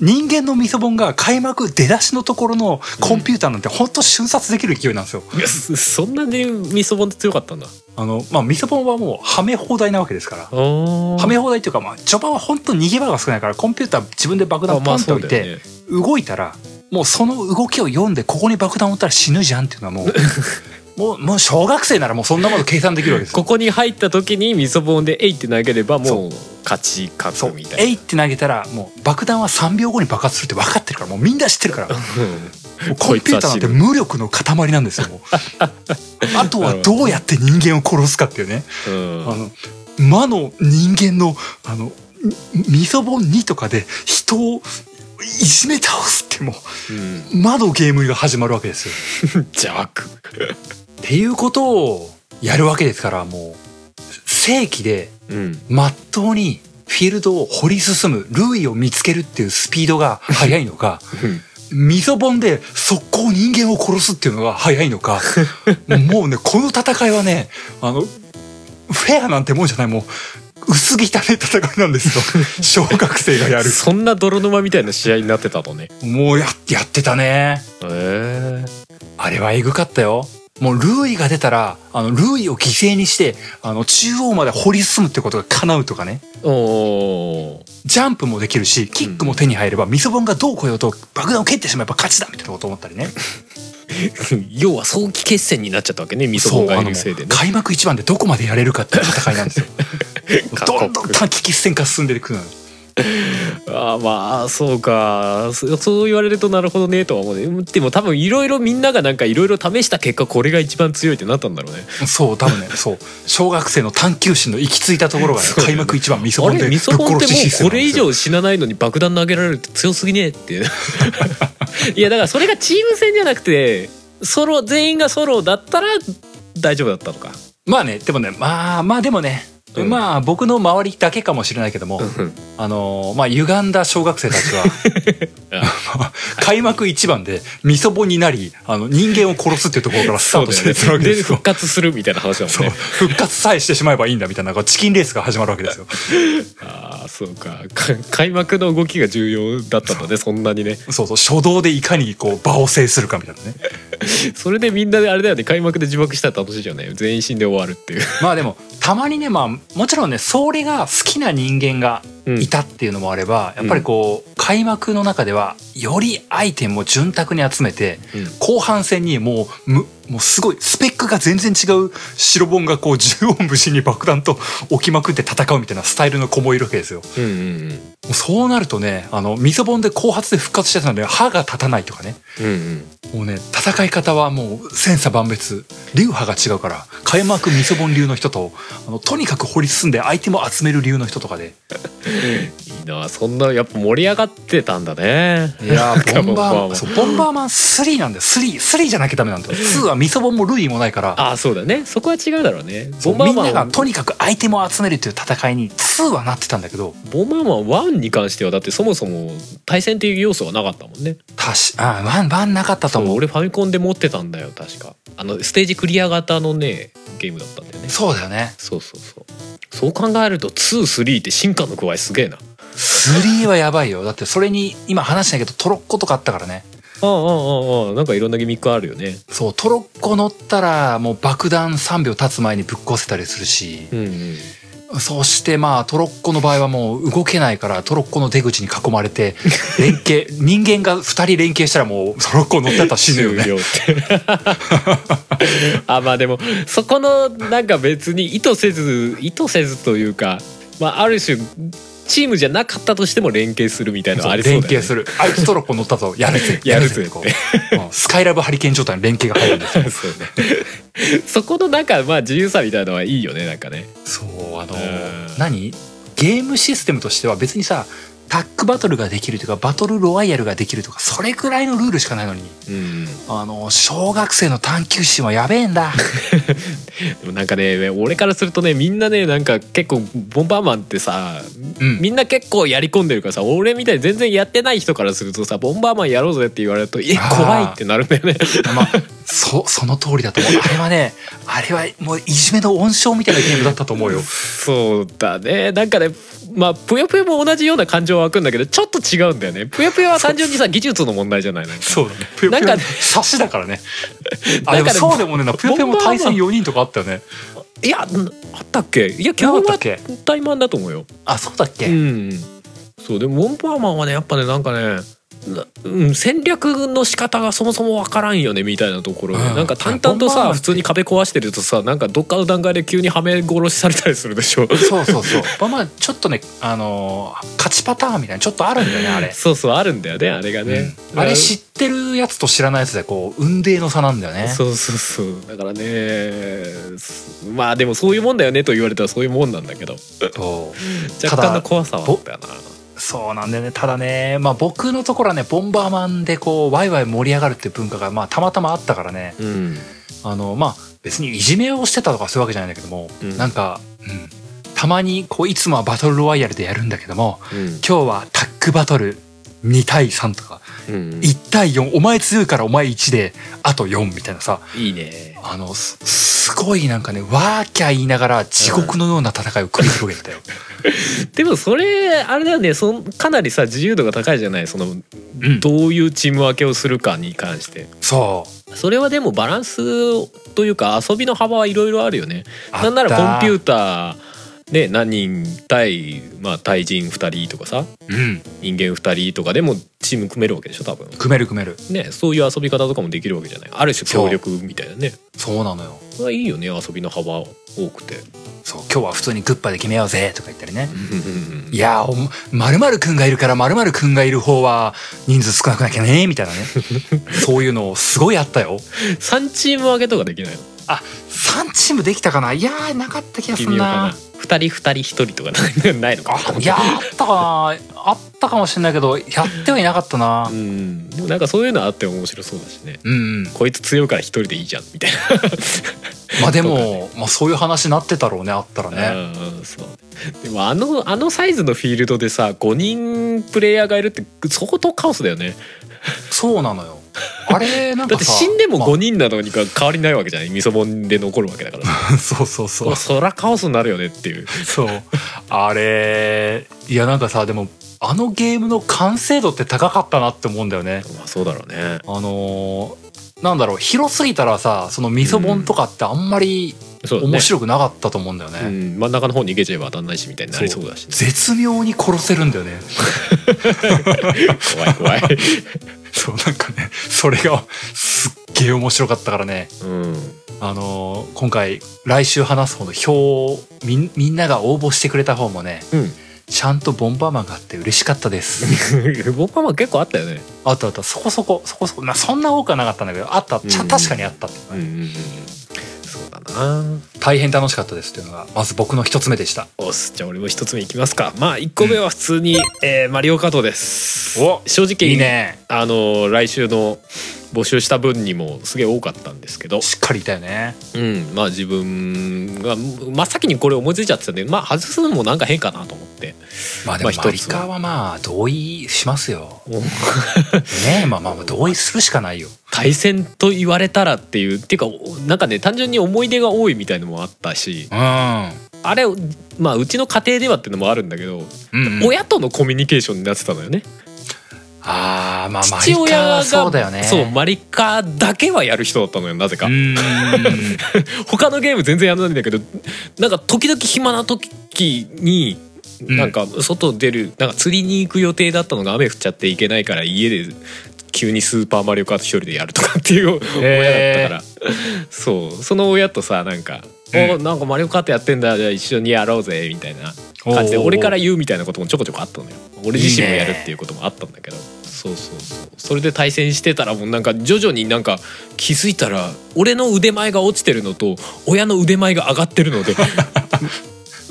人間のみそ本が開幕出だしのところのコンピューターなんて本当瞬殺できる勢いなんですよ。いやそそんなに味噌本って強かったんだあのまあみそ本はもうはめ放題なわけですから。ははめ放題というか、まあ、序盤は本当に逃げ場が少ないからコンピューター自分で爆弾ポンって置いて、動いたらもうその動きを読んでここに爆弾を打ったら死ぬじゃんっていうの はもうもうもう小学生ならもうそんなこと計算できるわけですよ。ここに入った時に味噌本で「えい」って投げればもう勝ちそ覚うみたえいいって投げたらもう爆弾は3秒後に爆発するって分かってるからもうみんな知ってるからもなうコンピューターなんて無力の塊なんですよもうあとはどうやって人間を殺すかっていうねうあんの魔の人間のあのみみそぼん2とかで人をいじめ倒すってもうん う魔のゲームが始まるわけですよ。邪悪っていうことをやるわけですからもう正規で うんまっとうにフィールドを掘り進むルイを見つけるっていうスピードが速いのかみそぼんで速攻人間を殺すっていうのが速いのかもうねこの戦いはねあのフェアなんてもんじゃないもう薄汚い戦いなんですよ小学生がや るそんな泥沼みたいな試合になってたのねもうややってたねへえあれはエグかったよ。もうルーイが出たら、あの、ルーイを犠牲にして、あの、中央まで掘り進むってことが叶うとかね。おー ジャンプもできるし、キックも手に入れば、ミソボンがどう来ようと爆弾を蹴ってしまえば勝ちだみたいなことを思ったりね。要は早期決戦になっちゃったわけね味噌本がいるせいでね開幕一番でどこまでやれるかっていう戦いなん ですよ。どんどん短期決戦が進んでいくのよ。あーまあそうかそそう言われるとなるほどねとは思うねでも多分いろいろみんながなんかいろいろ試した結果これが一番強いってなったんだろうねそう、多分ね、そう。小学生の探求心の行き着いたところがね、そうだよね開幕一番ミソあボンでれぶ味っ噌本って殺しシステもムうこなんれで以すよ。上死なないのに爆弾投げられるって強すぎねえって いやだからそれがチーム戦じゃなくてソロ全員がソロだったら大丈夫だったのかまあね、でもね、まあまあでもね、うんまあ僕の周りだけかもしれないけども、あのーまあ歪んだ小学生たちは開幕一番でみそぼになりあの人間を殺すっていうところからスタートしてるわけでですよ復。活するみたいな話だもんそうね復活さえしてしまえばいいんだみたいななんかチキンレースが始まるわけですよ。ああそうかか開幕の動きが重要だったんだねそんなにねそうそう初動でいかにこう場を制するかみたいなね。それでみんなであれだよね開幕で自爆したら楽しいじゃない全員死んで終わるっていう、まあでもたまにねまあもちろんね総理が好きな人間がうんいたっていうのもあればやっぱりこう開幕の中ではよりアイテムを潤沢に集めて後半戦にもうむもうすごいスペックが全然違う白本がこう縦横無尽に爆弾と置きまくって戦うみたいなスタイルの子もいるわけですよもうんうんうんうそうなるとねあのみそ本で後発で復活してたので歯が立たないとかねうんもうね戦い方はもう千差万別流派が違うから開幕みそ本流の人とあのとにかく掘り進んでアイテムを集める流の人とかでいいなそんなやっぱ盛り上がってたんだねいやーボンボンババーマーマンンそうボンバーマン3なんだよ33じゃなきゃダメなんだよ2はみそ本もルイもないからああそうだねそこは違うだろうねそボうンバみーんなマがンとにかくアイテムを集めるという戦いに2はなってたんだけどボンバーマン1に関してはだってそもそも対戦っていう要素はなかったもんねたしあワンワンなかったとそう思う俺ファミコンで持ってたんだよ確かあのステージクリア型のねゲームだったんだよねそうだよねそうそうそうそう考えると23って進化の具合すげえな3はやばいよだってそれに今話したけどトロッコとかあったからねああああああなんかいろんなギミックあるよねそうトロッコ乗ったらもう爆弾3秒経つ前にぶっ壊せたりするしうんうんそしてまあトロッコの場合はもう動けないからトロッコの出口に囲まれ て連携人間が2人連携したらもうトロッコ乗ってたら死ぬよね終了って あまあでもそこのなんか別に意図せず意図せずというか、まあ、ある種チームじゃなかったとしても連携するみたいなのありそうだよ連ね携するあいつトロッコ乗ったぞやるぜ やるぜこううんスカイラブハリケーン状態の連携が入るんですよそうね そこのなんかまあ自由さみたいなのはいいよねなんかねそうあのうん何ゲームシステムとしては別にさタックバトルができるとかバトルロワイヤルができるとかそれくらいのルールしかないのにうんあの小学生の探求心はやべえん だでもなんかね俺からするとねみんなねなんか結構ボンバーマンってさ、うんみんな結構やり込んでるからさ俺みたいに全然やってない人からするとさボンバーマンやろうぜって言われるとえあー怖いってなるんだよねまあそその通りだと思うあれはねあれはもういじめの温床みたいなゲームだったと思うよそうだねなんかねまあぷよぷよも同じような感情は湧くんだけどちょっと違うんだよねぷよぷよは単純にさ技術の問題じゃないのそうだねぷよなんぷかよね差しだからねあでもなんかねそうでもねえなぷよぷよもボンバーマン対戦4人とかあったよねいやんあったっけいや基なかっ本たっはけ怠慢だと思うよあそうだっけ、うんそうでもウォンパーマンはねやっぱねなんかねなうん、戦略の仕方がそもそもわからんよねみたいなところで、うんなんか淡々ボンバーマとンさって普通に壁壊してるとさなんかどっかの段階で急にはめ殺しされたりするで しょそうそうそうまあまあちょっとねあのー勝ちパターンみたいなちょっとあるんだよねあれそうそうあるんだよねあれがね、うんあれ知ってるやつと知らないやつでこう運命の差なんだよねそうそうそうだからねまあでもそういうもんだよねと言われたらそういうもんなんだけどそう若干の怖さはあったよなそうなんだよねただね、まあ、僕のところはねボンバーマンでこうワイワイ盛り上がるっていう文化が、まあ、たまたまあったからねうんあのまあ別にいじめをしてたとかそういうわけじゃないんだけども、うんなんか、うん、たまにこういつもはバトルロワイヤルでやるんだけどもうん今日はタッグバトル2対3とかうん1対4お前強いからお前1であと4みたいなさいいねあのすすごいなんかねわーきゃ言いながら地獄のような戦いを繰り広げてたよ。でもそれあれだよねそんかなりさ自由度が高いじゃないその、うんどういうチーム分けをするかに関してそうそれはでもバランスというか遊びの幅はいろいろあるよねあっなたんならコンピューターね何人対まあ対人2人とかさうん、人間2人とかでもチーム組めるわけでしょ多分組める組めるねそういう遊び方とかもできるわけじゃないある種協力みたいなねそうなのよそれはいいよね遊びの幅多くてそう今日は普通にグッパで決めようぜとか言ったりね、いいやーおまるまるくんがいるからまるまるくんがいる方は人数少なくなきゃねみたい なねそういうのすごいあったよ3チーム分けとかできないのあ三3チームできたかないやーなかった気がす微る妙かなな2人2人1人とかないないのかあいやーあったかなあったかもしれないけどやってはいなかったなうんでもなんかそういうのあって面白そうだしねうん、うん、こいつ強いから1人でいいじゃんみたいまあでも、まあ、そういう話になってたろうねあったらな、ね、うんそうでもあのあのサイズのフィールドでさ5人プレイヤーがいるって相当カオスだよねそうなのよあれなんだかさって死んでもまあ5人なのにか変わりないわけじゃないみそぼんで残るわけだから そうそうそうそそらカオスになるよねっていうそう。あれ、いやなんかさ、でも、あのゲームの完成度って高かったなって思うんだよね。まあそうだろうねあのーなんだろう、広すぎたらさ、そのみそぼんとかってあんまりそうだね面白くなかったと思うんだよね。うん、真ん中の方に逃げちゃえば当たんないしみたいになりそうだしね、絶妙に殺せるんだよね。怖い怖い、そう、なんかね、それがすっげえ面白かったからね。うん、 あのー今回、来週話す方の表をみん、みんなが応募してくれた方もね、うんちゃんとボンバーマンがあって嬉しかったです。僕はまあ結構あったよね、あったあったそこそこそこそこなそんな多くはなかったんだけどあったちゃうん確かにあったっていうのがね、うん、そうだな大変楽しかったですというのがまず僕の一つ目でしたおっすじゃあ俺も一つ目いきますかまあ1個目は普通に、えーマリオカートですお正直いいねあの来週の募集した分にもすげえ多かったんですけど、しっかりいたよねうん、まあ自分が真っ先にこれ思いついちゃってたんでまあ外すのもなんか変かなと思ってまあでもまあ一つマリカはまあ同意しますよねえ まあまあまあ同意するしかないよ対戦と言われたらっていうっていうかおなんかね単純に思い出が多いみたいのもあったしうん、うんあれまあうちの家庭ではっていうのもあるんだけど、うん親とのコミュニケーションになってたのよね。ああまあマ父リカ親がはそうだよねそうマリカだけはやる人だったのよなぜかう。ん他のゲーム全然やらないんだけどなんか時々暇な時に。うんなんか外出るなんか釣りに行く予定だったのが雨降っちゃって行けないから家で急に「スーパーマリオカート」一人でやるとかっていへうー親だったから、そうその親とさなんか「うんおなんかマリオカートやってんだじゃあ一緒にやろうぜ」みたいな感じでおー俺から言うみたいなこともちょこちょこあったのよ俺自身もやるっていうこともあったんだけどそうそうそうそれで対戦してたらもうなんか徐々になんか気づいたら俺の腕前が落ちてるのと親の腕前が上がってるので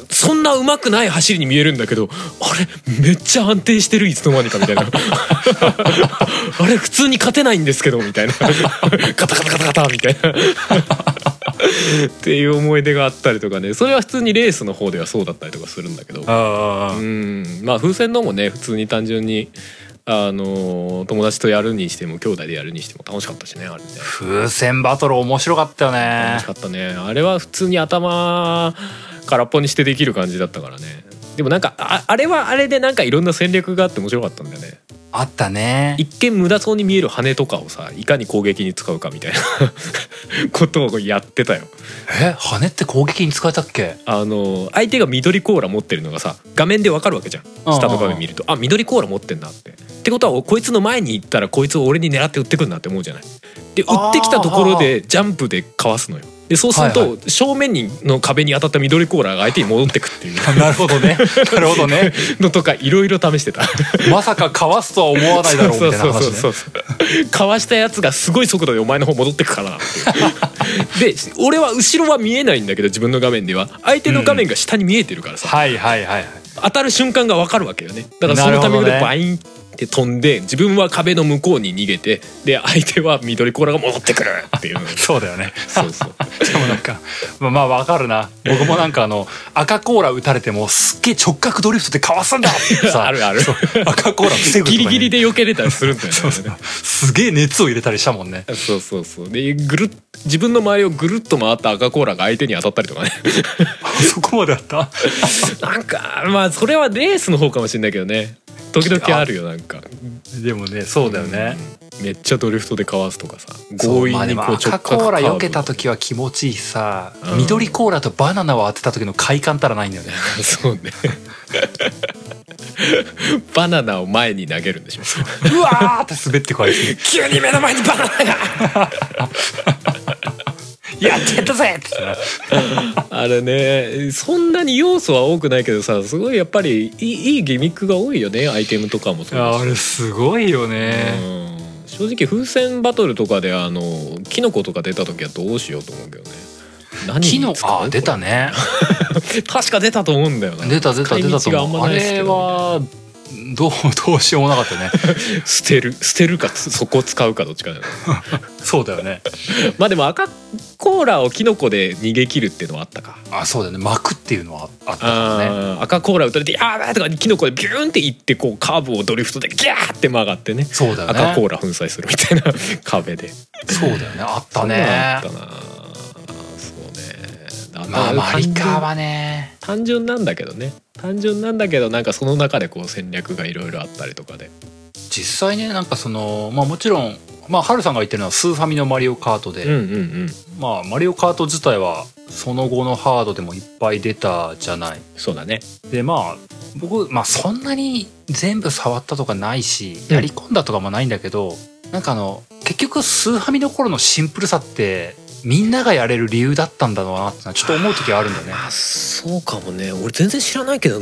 そんなうまくない走りに見えるんだけどあれめっちゃ安定してるいつの間にかみたいなあれ普通に勝てないんですけどみたいなカタカタカタカタみたいなっていう思い出があったりとかねそれは普通にレースの方ではそうだったりとかするんだけどあうーんまあ風船のもね普通に単純にあの友達とやるにしても兄弟でやるにしても楽しかったしねあれね風船バトル面白かったよね楽しかったねあれは普通に頭空っぽにしてできる感じだったからねでもなんかああれはあれでなんかいろんな戦略があって面白かったんだよねあったね一見無駄そうに見える羽とかをさいかに攻撃に使うかみたいな ことをやってたよえ羽って攻撃に使えたっけ あの相手が緑コーラ持ってるのがさ画面でわかるわけじゃん下の画面見るとあ緑コーラ持ってんなってってことはおこいつの前に行ったらこいつを俺に狙って撃ってくるなって思うじゃないで撃ってきたところでジャンプでかわすのよでそうするはいと正面にの壁に当たった緑コーラが相手に戻ってくっていう なるほ どねなるほどねのとかいろいろ試してたまさかかわすとは思わないだろうみたいな話ねそうそうそうそうかわしたやつがすごい速度でお前の方戻ってくからなって いうで俺は後ろは見えないんだけど自分の画面では相手の画面が下に見えてるからさ、はいはいはいはい当たる瞬間が分かるわけよねだからそのタイミングなでるほバインって飛んで、自分は壁の向こうに逃げてで相手は緑コーラが戻ってくるっていう そうだよねそうそうでもなんかまあまあわかるな僕もなんかあの赤コーラ打たれてもすっげえ直角ドリフトでかわすん だってさあるあるそう赤コーラ防ぐとかねギリギリで避けれたりするんだよねそうそうすげえ熱を入れたりしたもんねそうそうそうでぐるっ自分の周りをぐるっと回った赤コーラが相手に当たったりとか ね そこまであったなんかまあそれはレースの方かもしれないけどね時々あるよなんかでもねそうだよね、うんめっちゃドリフトでかわすとかさそう強引まあでにもこう直角赤コーラカーブ避けた時は気持ちいいさ、うん緑コーラとバナナを当てた時の快感たらないんだよねそうね。バナナを前に投げるんでしょ。 うわーって滑ってこいつ急に目の前にバナナ やってやったぜってなが。あれね、そんなに要素は多くないけどさ、すごいやっぱりいいいいギミックが多いよね。アイテムとかもそうだしあれすごいよね、うん正直風船バトルとかであのキノコとか出た時はどうしようと思うけどね。何木のに使うあー出たね確か出たと思うんだよな。出た出た出たと使い道が思うああんまないですけれどねはどう どうしようもなかったね捨てる捨てるかそこ使うかどっちかだよね。そうだよねまあでも赤コーラをキノコで逃げ切るっていうのはあったか。あそうだよね巻くっていうのはあったからねあー赤コーラ打たれて「あー!」とかキノコでビューンっていってこうカーブをドリフトでギャーって曲がってねそうだよね赤コーラ粉砕するみたいな 壁でそうだよねあったあねったなそうねまあマ単リ純カーはね単純なんだけどね単純なんだけどなんかその中でこう戦略がいろいろあったりとかで実際ねなんかそのまあもちろんまあハルさんが言ってるのはスーファミのマリオカートで、うんうんうんまあマリオカート自体はその後のハードでもいっぱい出たじゃないそうだねでまあ僕、まあ、そんなに全部触ったとかないしうんやり込んだとかもないんだけど、なんかあの結局スーハミの頃のシンプルさってみんながやれる理由だったんだろうなってのはちょっと思う時はあるんだよね。あそうかもね俺全然知らないけど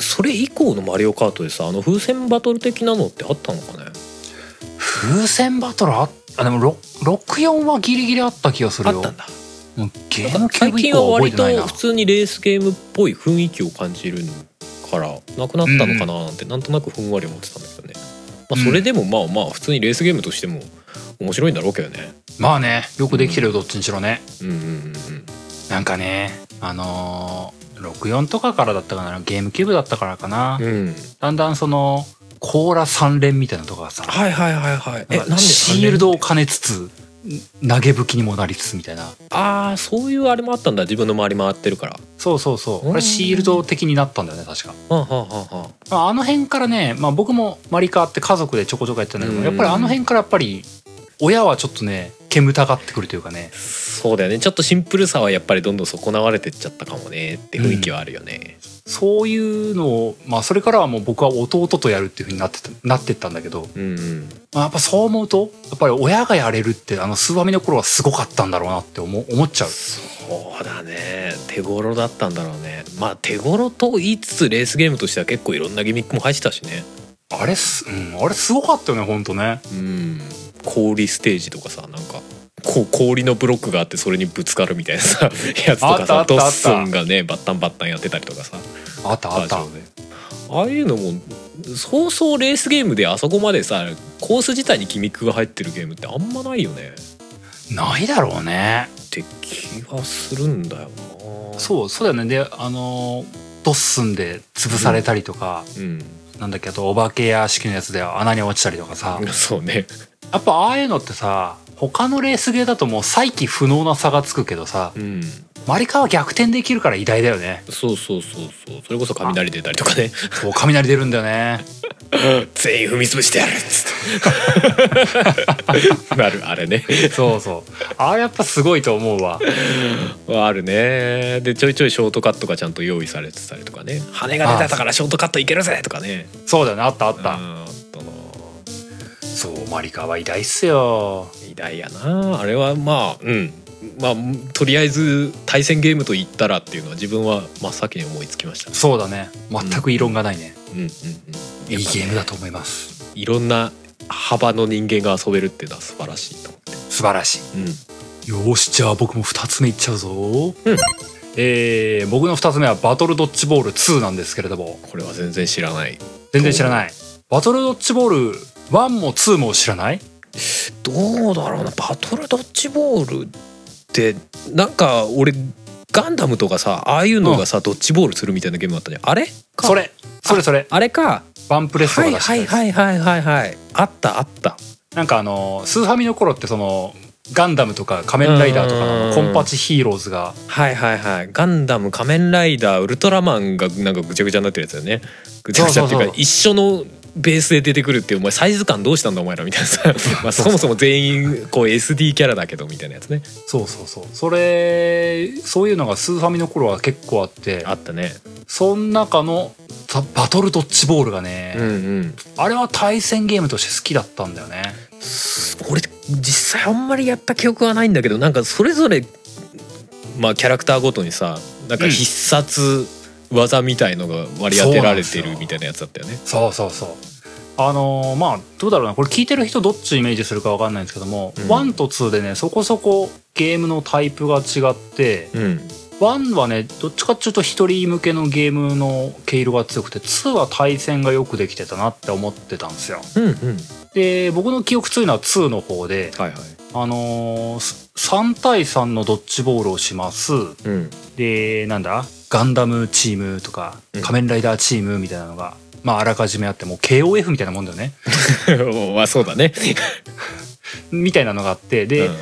それ以降の「マリオカート」でさあの風船バトル的なのってあったのかね風船バトルああでもろ64はギリギリあった気がするあよ。ったんだもうゲーなんムかキュー最ブ以近降はは覚え割てないなと普。通にレースゲームっぽい雰囲気を感じるからなくなったのかななんてなんとなくふんわり思ってたんだけどね、まあ、それでもまあまあ普通にレースゲームとしても面白いんだろうけどねまあねよくできてるよどっちにしろね。うんうんなんかねあのー、64とかからだったかなゲームキューブだったからかな。うんうんうんだんだんそのコーラ三連みたいなとかがさはいはいはいはいなんかシールドを兼ねつつ投げ武器にもなりつつみたいなああそういうあれもあったんだ自分の周り回ってるからそうそうそううんこれシールド的になったんだよね確か、はあはあはあはあまあ、あの辺からね、まあ、僕もマリカーって家族でちょこちょこやってたんだけうどんやっぱりあの辺からやっぱり親はちょっとね煙たがってくるというかねそうだよねちょっとシンプルさはやっぱりどんどん損なわれてっちゃったかもねって雰囲気はあるよね、そういうのを、まあ、それからはもう僕は弟とやるっていう風になってたなってったんだけど、うん、うんまあ、やっぱそう思うとやっぱり親がやれるってあのスーファミの頃はすごかったんだろうなって思思っちゃうそうだね手頃だったんだろうねまあ手頃と言いつつレースゲームとしては結構いろんなギミックも入ってたしねあれす、うん、あれすごかったよねほんとねうん氷ステージとかさなんかこう氷のブロックがあってそれにぶつかるみたいなさ やつとあかったあっさたドあッったスンがねバッタンバッタンやってたりとかさあったあったバージョンでああいうのもそうそうレースゲームであそこまでさコース自体にギミックが入ってるゲームってあんまないよねないだろうねって気がするんだよなそうそうだよねであのードッスンで潰されたりとか、うんなんだっけあとお化け屋敷のやつで穴に落ちたりとかさ そうねやっぱああいうのってさ他のレースゲーだともう再起不能な差がつくけどさうんマリカは逆転できるから偉大だよねそうそうそうそうそれこそ雷出たりとかねそう雷出るんだよね全員踏み潰してやるっつって なるあれねそうそうあれやっぱすごいと思うわあるねでちょいちょいショートカットがちゃんと用意されてたりとかね羽が出てたからショートカットいけるぜとかねそうだよねあったあった、うんあったなそうマリカは偉大っすよ偉大やなあれはまあうんまあとりあえず対戦ゲームと言ったらっていうのは自分は真っ先に思いつきましたそうだね全く異論がないね、うんうんうんいいゲームだと思いますいろんな幅の人間が遊べるっていうのは素晴らしいと思って素晴らしいよしじゃあ僕も2つ目いっちゃうぞ、えー僕の2つ目はバトルドッジボール2なんですけれどもうんこれは全然知らない全然知らないバトルドッジボール1も2も知らないどうだろうなバトルドッジボールってなんか俺ガンダムとかさああいうのがさ、ドッジボールするみたいなゲームあったじゃんあれかそれそれそれあれかバンプレスとはかい出してはるいやつはいはいはいはいあったあったなんかあのスーファミの頃ってそのガンダムとか仮面ライダーとかうのんコンパチヒーローズがはいはいはいガンダム仮面ライダーウルトラマンがなんかぐちゃぐちゃになってるやつだよねぐちゃぐちゃってそうそいううかそう一緒のベースで出てくるっていうお前サイズ感どうしたんだお前らみたい なさまあそもそも全員こう SD キャラだけどみたいなやつねそうそうそうそれそういうのがスーファミの頃は結構あってあったねその中のザバトルドッジボールがね、うんうんあれは対戦ゲームとして好きだったんだよね俺実際あんまりやった記憶はないんだけどなんかそれぞれまあキャラクターごとにさなんか必殺技みたいのが割り当てそうられてなんでするよみたいなやつだったよねそうそうそうあのーまあどうだろうなこれ聞いてる人どっちイメージするかわかんないんですけども、うん1と2でねそこそこゲームのタイプが違ってうん1はねどっちかっていうと一人向けのゲームの毛色が強くて2は対戦がよくできてたなって思ってたんですようんうんで僕の記憶強いのは2の方ではいはいあのー、3対3のドッジボールをしますうんでなんだガンダムチームとかうん仮面ライダーチームみたいなのが、まああらかじめあってもう KOF みたいなもんだよね まあそうだね。みたいなのがあってで、うん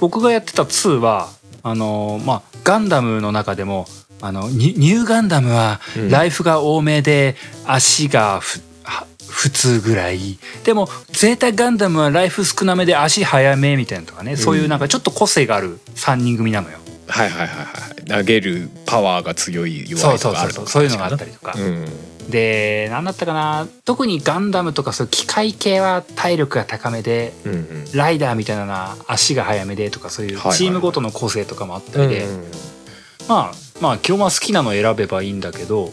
僕がやってた2はあのーまあガンダムの中でもあのニニューガンダムはうんライフが多めで足がふ、は普通ぐらいでもゼータガンダムはライフ少なめで足早めみたいなのとかね、そういうなんかちょっと個性がある3人組なのよ。はいはいはいはい。投げるパワーが強い弱そういそとうかそあうるとそうかそういうのがあったりとか、うん。で何だったかな特にガンダムとかそういう機械系は体力が高めでうんうん。ライダーみたいなのは足が速めでとかそういうはいはいはいチームごとの個性とかもあったうんりで、まあまあ基本は好きなの選べばいいんだけどうん。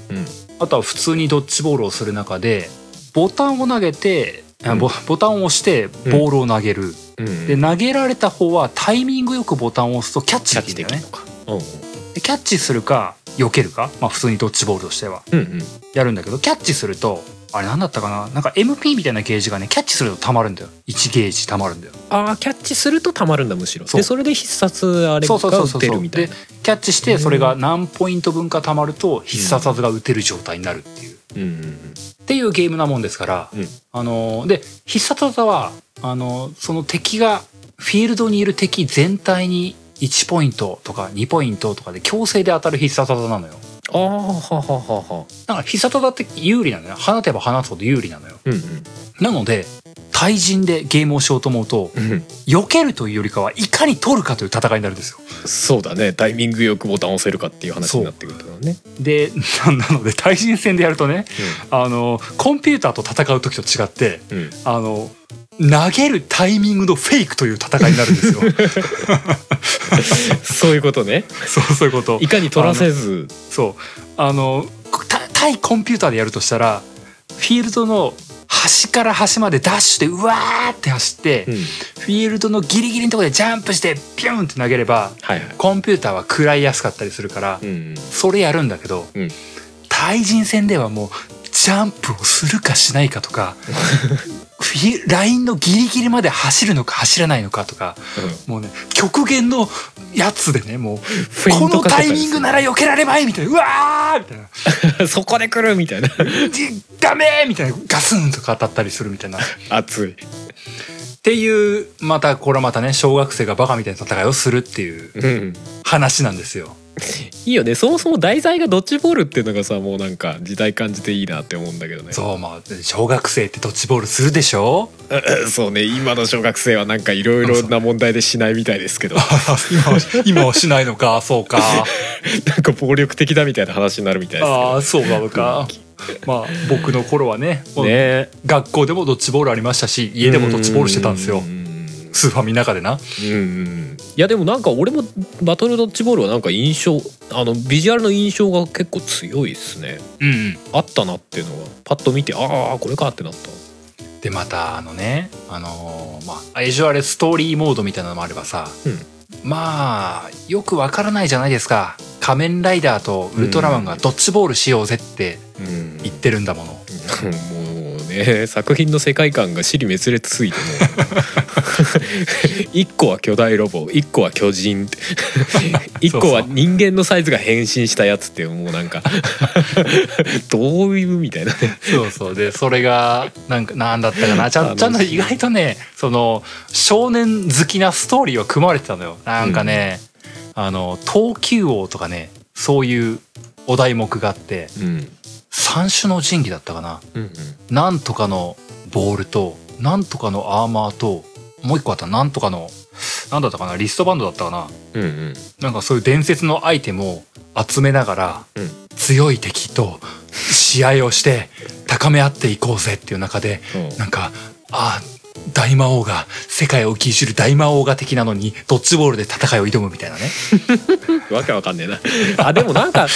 あとは普通にドッジボールをする中でボタンを投げて、うんボボタンを押してボールを投げる、うん。で投げられた方はタイミングよくボタンを押すとキャッチキャできッチるでんきだるよねのか。うんでキャッチするか避けるか、まあ、普通にドッジボールとしてはうんうん。やるんだけどキャッチするとあれ何だったかななんか MP みたいなゲージがねキャッチすると溜まるんだよ1ゲージ溜まるんだよああキャッチするとたまるんだむしろ。そうでそれで必殺あれがそうそうそう打そうてるみたいでな。キャッチしてそれが何ポイント分か溜まると必殺技が打てる状態になるっていう、うんうんうん。っていうゲームなもんですから、うんあのーで必殺技はあのーその敵がフィールドにいる敵全体に1ポイントとか2ポイントとかで強制で当たる必殺技なのよああはははは。だから必殺技って有利なのよ放てば放つほど有利なのようんなので対人でゲームをしようと思うとうんうん。避けるというよりかはいかに取るかという戦いになるんですよ。そうだね。タイミングよくボタンを押せるかっていう話になってくるとね。で ななので対人戦でやるとねあのコンピューターと戦う時と違ってうん うん。あの投げるタイミングのフェイクという戦いになるん ですよ。そういうことね。そうそういうことい。かに取らせず。そうあのた対コンピューターでやるとしたらフィールドの端から端までダッシュでうわーって走って、うん。フィールドのギリギリのところでジャンプしてピュンって投げればはいはい。コンピューターは食らいやすかったりするから、うんそれやるんだけど、うん対人戦ではもうジャンプをするかしないかとかフィ ラインのギリギリまで走るのか走らないのかとかもうね極限のやつでねもうフェイこントのかけたタりイするミングなら避けられまいみたいなうわーみたいな そこで来るみたいなで ダメーみたいなガスンとか当たったりするみたいな熱いっていうまたこれはまたね小学生がバカみたいな戦いをするっていううん話なんですよ。いいよねそもそも題材がドッジボールっていうのがさもうなんか時代感じていいなって思うんだけどねそうまあ小学生ってドッジボールするでしょ う そうね今の小学生はなんかいろいろな問題でしないみたいで すけどな今は今はしないのかそうかんか暴力的だみたいな話になるみたいですけどああそうなの か。まあ僕の頃はねね学校でもドッジボールありましたし家でもドッジボールしてたんですよううんスーファミの中でなうんうんいやでもなんか俺もバトルドッジボールはなんか印象あのビジュアルの印象が結構強いですねうんうんあったなっていうのがパッと見てああこれかってなったでまたあのねあのーまあエジュアレストーリーモードみたいなのもあればさ、うんまあよくわからないじゃないですか仮面ライダーとウルトラマンがドッジボールしようぜってうん言ってるんだもの、もうね作品の世界観が尻滅裂すぎてもう一個は巨大ロボ一個は巨人一個は人間のサイズが変身したやつってもうなんかどういうみたいなねそうそうでそれがなんかなんだったかなちゃん楽しいちゃんと意外とねその少年好きなストーリーは組まれてたのよなんかね、あの東急王とかねそういうお題目があってうん三種の神器だったかなうんうんなんとかのボールと、なんとかのアーマーと、もう一個あった、なんとかの、なんだったかな、リストバンドだったかな。うんうんなんかそういう伝説のアイテムを集めながら、うん強い敵と試合をして、高め合っていこうぜっていう中で、うんなんか、ああ、大魔王が、世界を切り知る大魔王が敵なのに、ドッジボールで戦いを挑むみたいなね。わけわかんねえなあでもなんか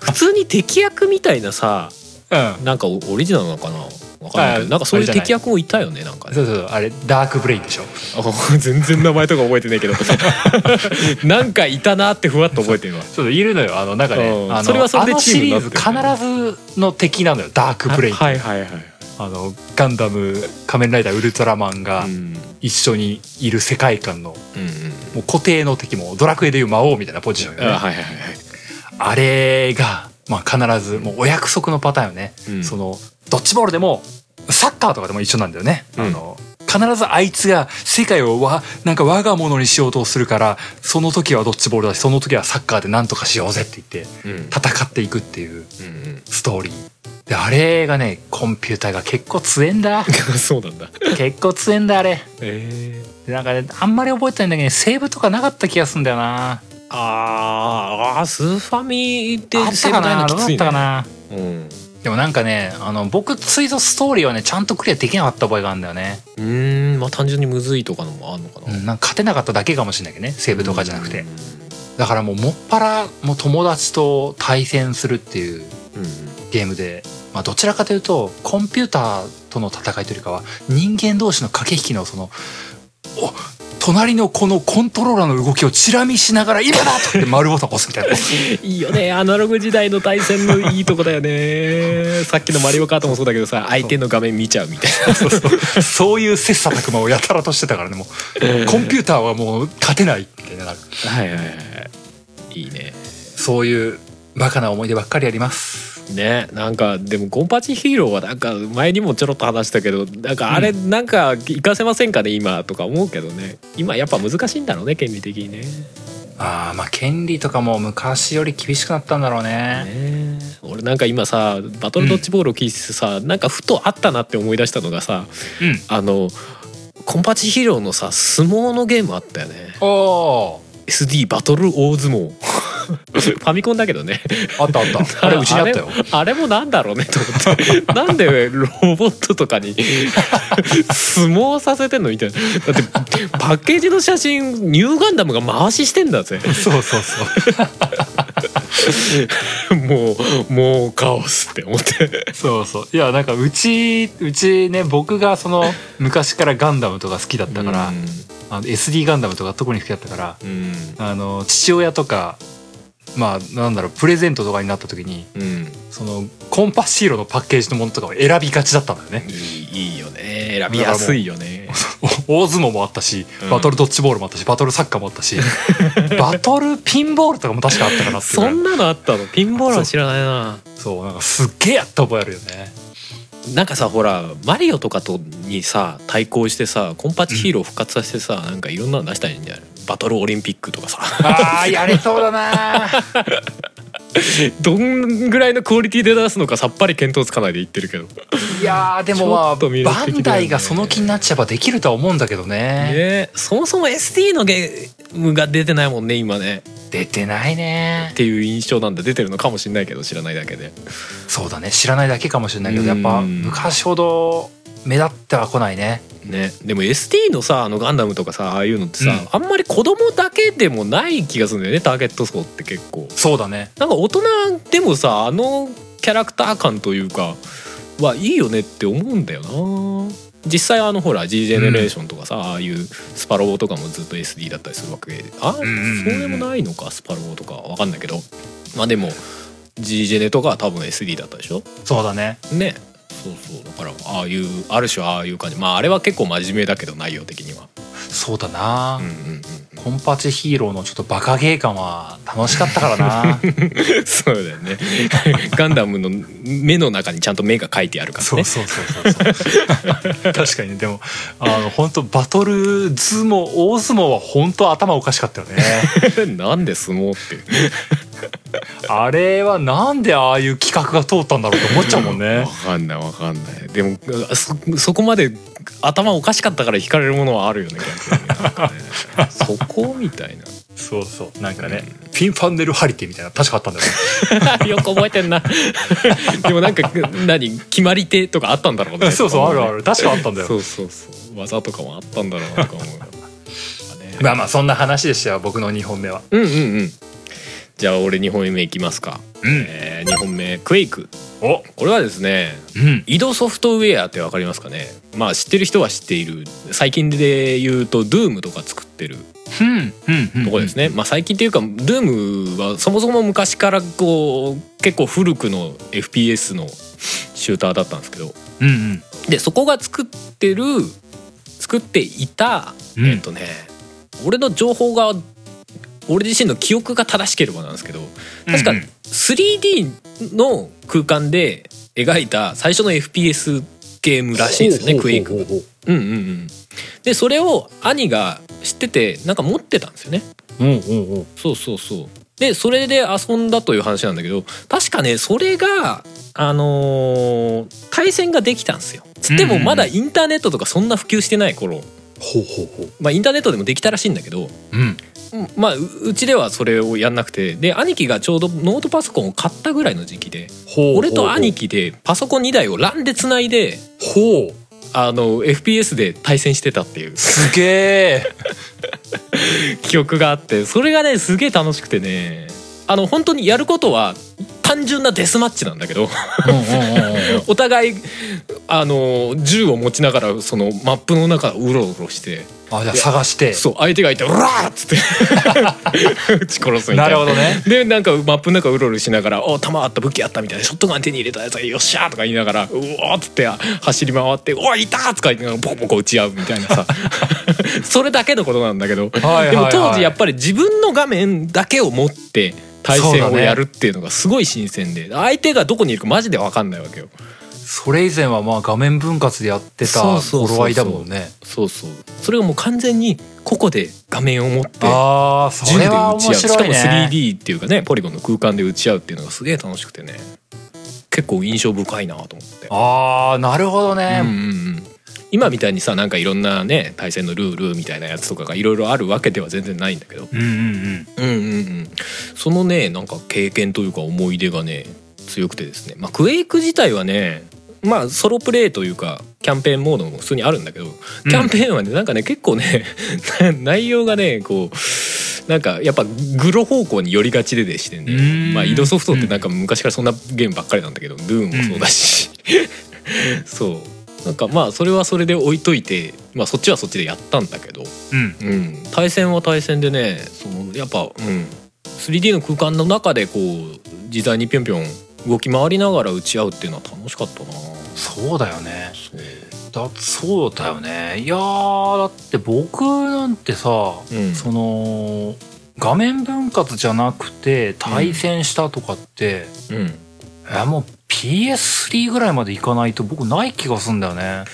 普通に敵役みたいなさうん。なんかオオリジナルなのかなわかんないけあどなんかそういあれじゃうない敵役もいたよねなんかねそうそう、あれ、ダークブレインでしょ。あ全然名前とか覚えてないけど なんかいたなってふわっと覚えてるわそういるのよあのなんかね、うんあのそれはそれでチームになあっのシてるリーズ必ずの敵なのよダークブレイン、はいはいはいあのガンダム仮面ライダーウルトラマンがうん一緒にいる世界観のもうんう固定の敵もドラクエでいう魔王みたいなポジションようんあねはいはいはいあれが、まあ、必ずもうお約束のパターンよね、うんそのドッジボールでもサッカーとかでも一緒なんだよね、うんあの必ずあいつが世界をわなんか我が物にしようとするからその時はドッジボールだしその時はサッカーでなんとかしようぜって言ってうん戦っていくっていううんストーリー。で、あれがね、コンピューターが結構強えん だ。うんそうなんだ結構強えんだ、あれ。 ええでなんかね、あんまり覚えてないんだけどね、セーブとかなかった気がするんだよな。あーあースーファミであったセかブないなのどきうだつっいたかねなうんでもなんかね、あの、僕、ついぞストーリーはね、ちゃんとクリアできなかった覚えがあるんだよね。うーんまあ単純にむずいとかのもあるのかう、なんなんか勝てなかっただけかもしれないけどね、セーブとかじゃなくて。だからもう、もっぱら、もう友達と対戦するっていううんうんゲームで、まあ、どちらかというとコンピューターとの戦いというよりかは人間同士の駆け引きのそのお隣のこのコントローラーの動きをチラ見しながら「今だ!」とかって丸ボタン押すみたいないいよねアナログ時代の対戦のいいとこだよねさっきの「マリオカート」もそうだけどさ相手の画面見ちゃうみたいそうそうそういう切磋琢磨をやたらとしてたからねもうコンピューターはもう勝てないみたいななはいはいはいいいねそういうバカな思い出ばっかりあります。ねなんかでも「ゴンパチヒーロー」はなんか前にもちょろっと話したけどなんかあれなんか活かせませんかね今とか思うけどね今やっぱ難しいんだろうね権利的にねあーまあ権利とかも昔より厳しくなったんだろうね。ね俺なんか今さバトルドッジボールを聞いててさ、なんかふとあったなって思い出したのがさうん。あの「コンパチヒーロー」のさ相撲のゲームあったよねおお SD バトル大相撲 ファミコンだけどねー。あったあ った。あれうちにあったよ。あれもあれもなんだろうねと思 ってなんでロボットとかに相撲させてんのみたいなだってパッケージの写真ニューガンダムが回ししてんだぜそうそうそう。もうもうカオスって思って そうそういやなんかうちうちね僕がその昔からガンダムとか好きだったから、あの SD ガンダムとか特に好きだったからうんあの父親とかまあなんだろうプレゼントとかになった時にうんそのコンパシーロのパッケージのものとかを選びがちだったんだよねいいいいよね選びやすいよねお 大相撲もあったしうんバトルドッジボールもあったしバトルサッカーもあった しバトルピンボールとかも確かあったかなっていうぐそらいんなのあったのピンボールは知らないなそうなんかすっげえやった覚えあるよねなんかさほらマリオとかとにさ対抗してさコンパチヒーロー復活させてさ、なんかいろんなの出したらいいんじゃないバトルオリンピックとかさ あーやれそうだなどんぐらいのクオリティで出すのかさっぱり見当つかないで言ってるけどねい やーでもまあ、ちょっと魅バ力的だよねンダイがその気になっちゃえばできるとは思うんだけどねえそもそも SD のゲームが出てないもんね今ね出てないねっていう印象なんだ出てるのかもしれないけど知らないだけでそうだね知らないだけかもしれないけどやっぱうん昔ほど目立っては来ないねねでも ST のさあのガンダムとかさああいうのってさ、うんあんまり子供だけでもない気がするんだよねターゲット層って結構そうだねなんか大人でもさあのキャラクター感というかはいいよねって思うんだよな実際あのほら G ジェネレーションとかさ、ああいうスパロボとかもずっと SD だったりするわけであ、うんうんうんそうでもないのかスパロボとかわかんないけどまあでも G ジェネとかは多分 SD だったでしょそうだねねそうそうだからああいうある種ああいう感じまああれは結構真面目だけど内容的にはそうだな、うんうんコンパチヒーローのちょっとバカゲー感は楽しかったから なうん そうだよねガンダムの目の中にちゃんと目が書いてあるからねそうそうそうそう そう確かにねでもあの本当バトル相撲大相撲は本当頭おかしかったよね なんで相撲ってあれはなんでああいう企画が通ったんだろうと思っちゃうもんねわかんないわかんないでもそそこまで頭おかしかったから惹かれるものはあるよね逆にねなんかねそこみたいな そうそうなんかね、ピンファンネルハリテみたいな確かあったんだよねよく覚えて んなでもなんか何決まり手とかあったんだろうねそうそうあるあるる確かあったんだよそうそうそう技とかもあったんだろうなと か思うよなんかねまあまあそんな話でしたよ僕の2本目はうんうんうんじゃあ俺2本目いきますか、うんえ2本目クエイクおこれはですねうん移動ソフトウェアってわかりますかねまあ知ってる人は知っている最近で言うと Doom とか作ってるうんうんうんとこですね、まあ最近っていうか Doom はそもそも昔からこう結構古くの FPS のシューターだったんですけどうんうんでそこが作ってる作っていたうんえっとね俺の情報が俺自身の記憶が正しければなんですけど確かうんうん 3D の空間で描いた最初の FPS ゲームらしいんですよねクエイクほうが。ほうほうんうんうん、でそれを兄が知っててなんか持ってたんですよね。ううんうんうんそうそうそうでそれで遊んだという話なんだけど確かねそれがあのー対戦ができたんですよ。つってうんもうんうんまだインターネットとかそんな普及してない頃、ほうほうほうまあ、インターネットでもできたらしいんだけどうんうんまあううちではそれをやんなくてで兄貴がちょうどノートパソコンを買ったぐらいの時期でほう俺と兄貴でパソコン2台を LAN でつないでほうあの FPS で対戦してたっていう すげえ記憶があってそれがねすげえ楽しくてねあの本当にやることは単純なデスマッチなんだけど お互いあの銃を持ちながらそのマップの中をうろうろしてあじゃあ探してそう相手がいて「うらー!」っつって 撃ち殺すなみたいなるほどね でなんかマップの中うろうろしながら「お弾あった武器あった」みたいな「ショットガン手に入れたやつがよっしゃ!」とか言いながら「うおー!」っつって走り回って「おいいた!」とか言ってなんかボコボコ打ち合うみたいなさ それだけのことなんだけど、はいはいはいでも当時やっぱり自分の画面だけを持って対戦そうだをねやるっていうのがすごい新鮮で、相手がどこにいるかマジで分かんないわけよ。それ以前はまあ画面分割でやってたそうそうそうそう頃合いだもんねそうそうそれがもう完全に個々で画面を持ってああそ銃でれは打面ち合うしか白いもね 3D っていうかねポリゴンの空間で打ち合うっていうのがすげえ楽しくてね結構印象深いなと思ってああなるほどうんうんねうん今みたいにさなんかいろんなね対戦のルールみたいなやつとかがいろいろあるわけでは全然ないんだけどうんうんうんうんうんそのねなんか経験というか思い出がね強くてですねまあクエイク自体はねまあソロプレイというかキャンペーンモードも普通にあるんだけどキャンペーンはねなんかね結構ね な内容がねこうなんかやっぱグロ方向に寄りがちででしてうねんまあ移動ソフトってなんか昔からそんなゲームばっかりなんだけど Doom もそうだし そうなんかまあそれはそれで置いといてまあそっちはそっちでやったんだけどうんうんうん、対戦は対戦でねそのやっぱ、うん、 3D の空間の中でこう自在にぴょんぴょん動き回りながら打ち合うっていうのは楽しかったなそうだよねそうだそうだよねいやーだって僕なんてさ、うんその画面分割じゃなくて対戦したとかって、うんえもう PS3 ぐらいまでいかないと僕ない気がすんだよね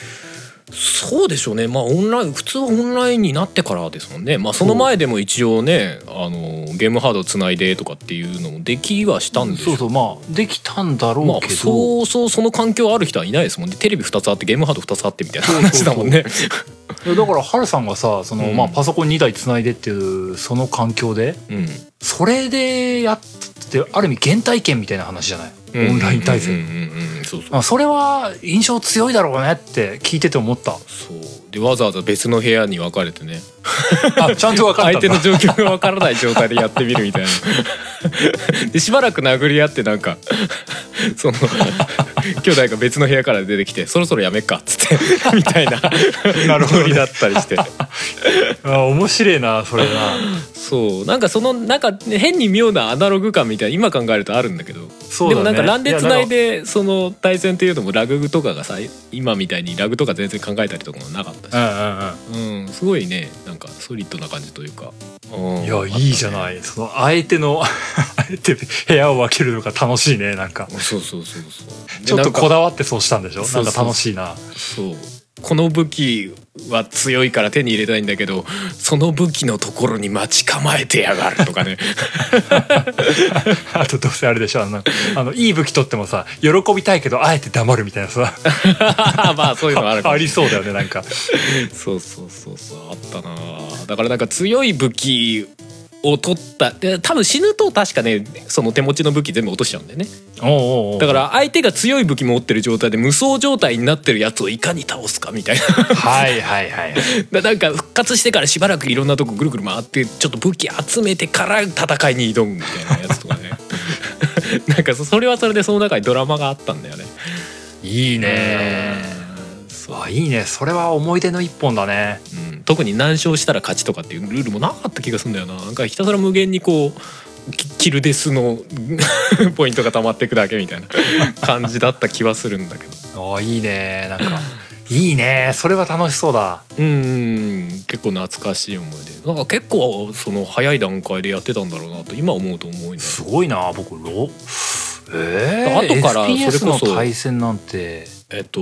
そうでしょうねまあオンライン普通はオンラインになってからですもんねまあその前でも一応ねあのゲームハードつないでとかっていうのもできはしたんですそうそうまあできたんだろうまあけど、そうそうその環境ある人はいないですもんねテレビ2つあってゲームハード2つあってみたいなそうそうそ話うだもんねいやだからハルさんがさその、うんまあ、パソコン2台つないでっていうその環境でうんそれでやってある意味原体験みたいな話じゃない、オンライン対戦、うんうんうんそうそうあそれは印象強いだろうねって聞いてて思ったそうでわざわざ別の部屋に分かれてねあちゃんと分かったんだ相手の状況が分からない状態でやってみるみたいな でしばらく殴り合ってなんか その 兄弟が別の部屋から出てきて「そろそろやめっか」っつって みたいななるほどノリだったりして あ面白いなそれなそうなんかそのなんか変に妙なアナログ感みたいな今考えるとあるんだけどそうでだもねなんかランでつないやでその対戦っていうのもラグとかがさ今みたいにラグとか全然考えたりとかもなかったし、なんかうんうんうんうん、すごいねなんかソリッドな感じというか、うんいや、いいじゃない。その、相手の、 相手部屋を分けるのが楽しいね、なんか。そうそうそうそうちょっとこだだわってそうしたんでしょそうそうなんか楽しいな。そうこの武器は強いから手に入れたいんだけどその武器のところに待ち構えてやがると かねあと、どうせあれでしょあの、あの、いい武器取ってもさ、喜びたいけど、あえて黙るみたいなさ、まあそういうのはあるかあもりそうだよね、なんか。そうそうそうそうあったなだからなんか強い武器を取ったで多分死ぬと確かねその手持ちの武器全部落としちゃうんだよねおうおうおうだから相手が強い武器持ってる状態で無双状態になってるやつをいかに倒すかみたいなはいはいはい。だなんか復活してからしばらくいろんなとこぐるぐる回ってちょっと武器集めてから戦いに挑むみたいなやつとかね なんかそそれはそれでその中にドラマがあったんだよねいいね。そうわ、いいね。それは思い出の一本だね。うん、特に何勝したら勝ちとかっていうルールもなかった気がするんだよななんかひたすら無限にこうキキルデスの ポイントが溜まっていくだけみたいな感じだった気はするんだけどああ、いいね。なんか、いいね。それは楽しそうだ。うんうん結構懐かしい思い出なんか結構その早い段階でやってたんだろうなと今思うと思うねすごいな僕ロえー、後からそれこ FPS その対戦なんてえっと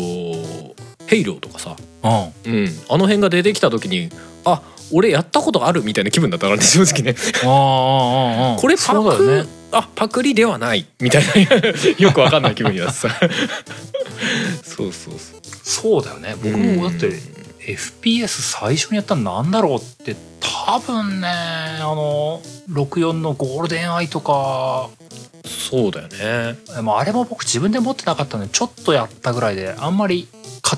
「ヘイロー」とかさ、うんうん、あの辺が出てきた時にあ俺やったことあるみたいな気分だったからね正直ね ああこれパそうだよク、ねあパクリではないみたいな よくわかんない気分になってた そうそうそうそうだよね僕もだっうてん FPS 最初にやったのなんだろうって多分ねあの64のゴールデンアイとかそうだよねまああれも僕自分で持ってなかったんでちょっとやったぐらいであんまり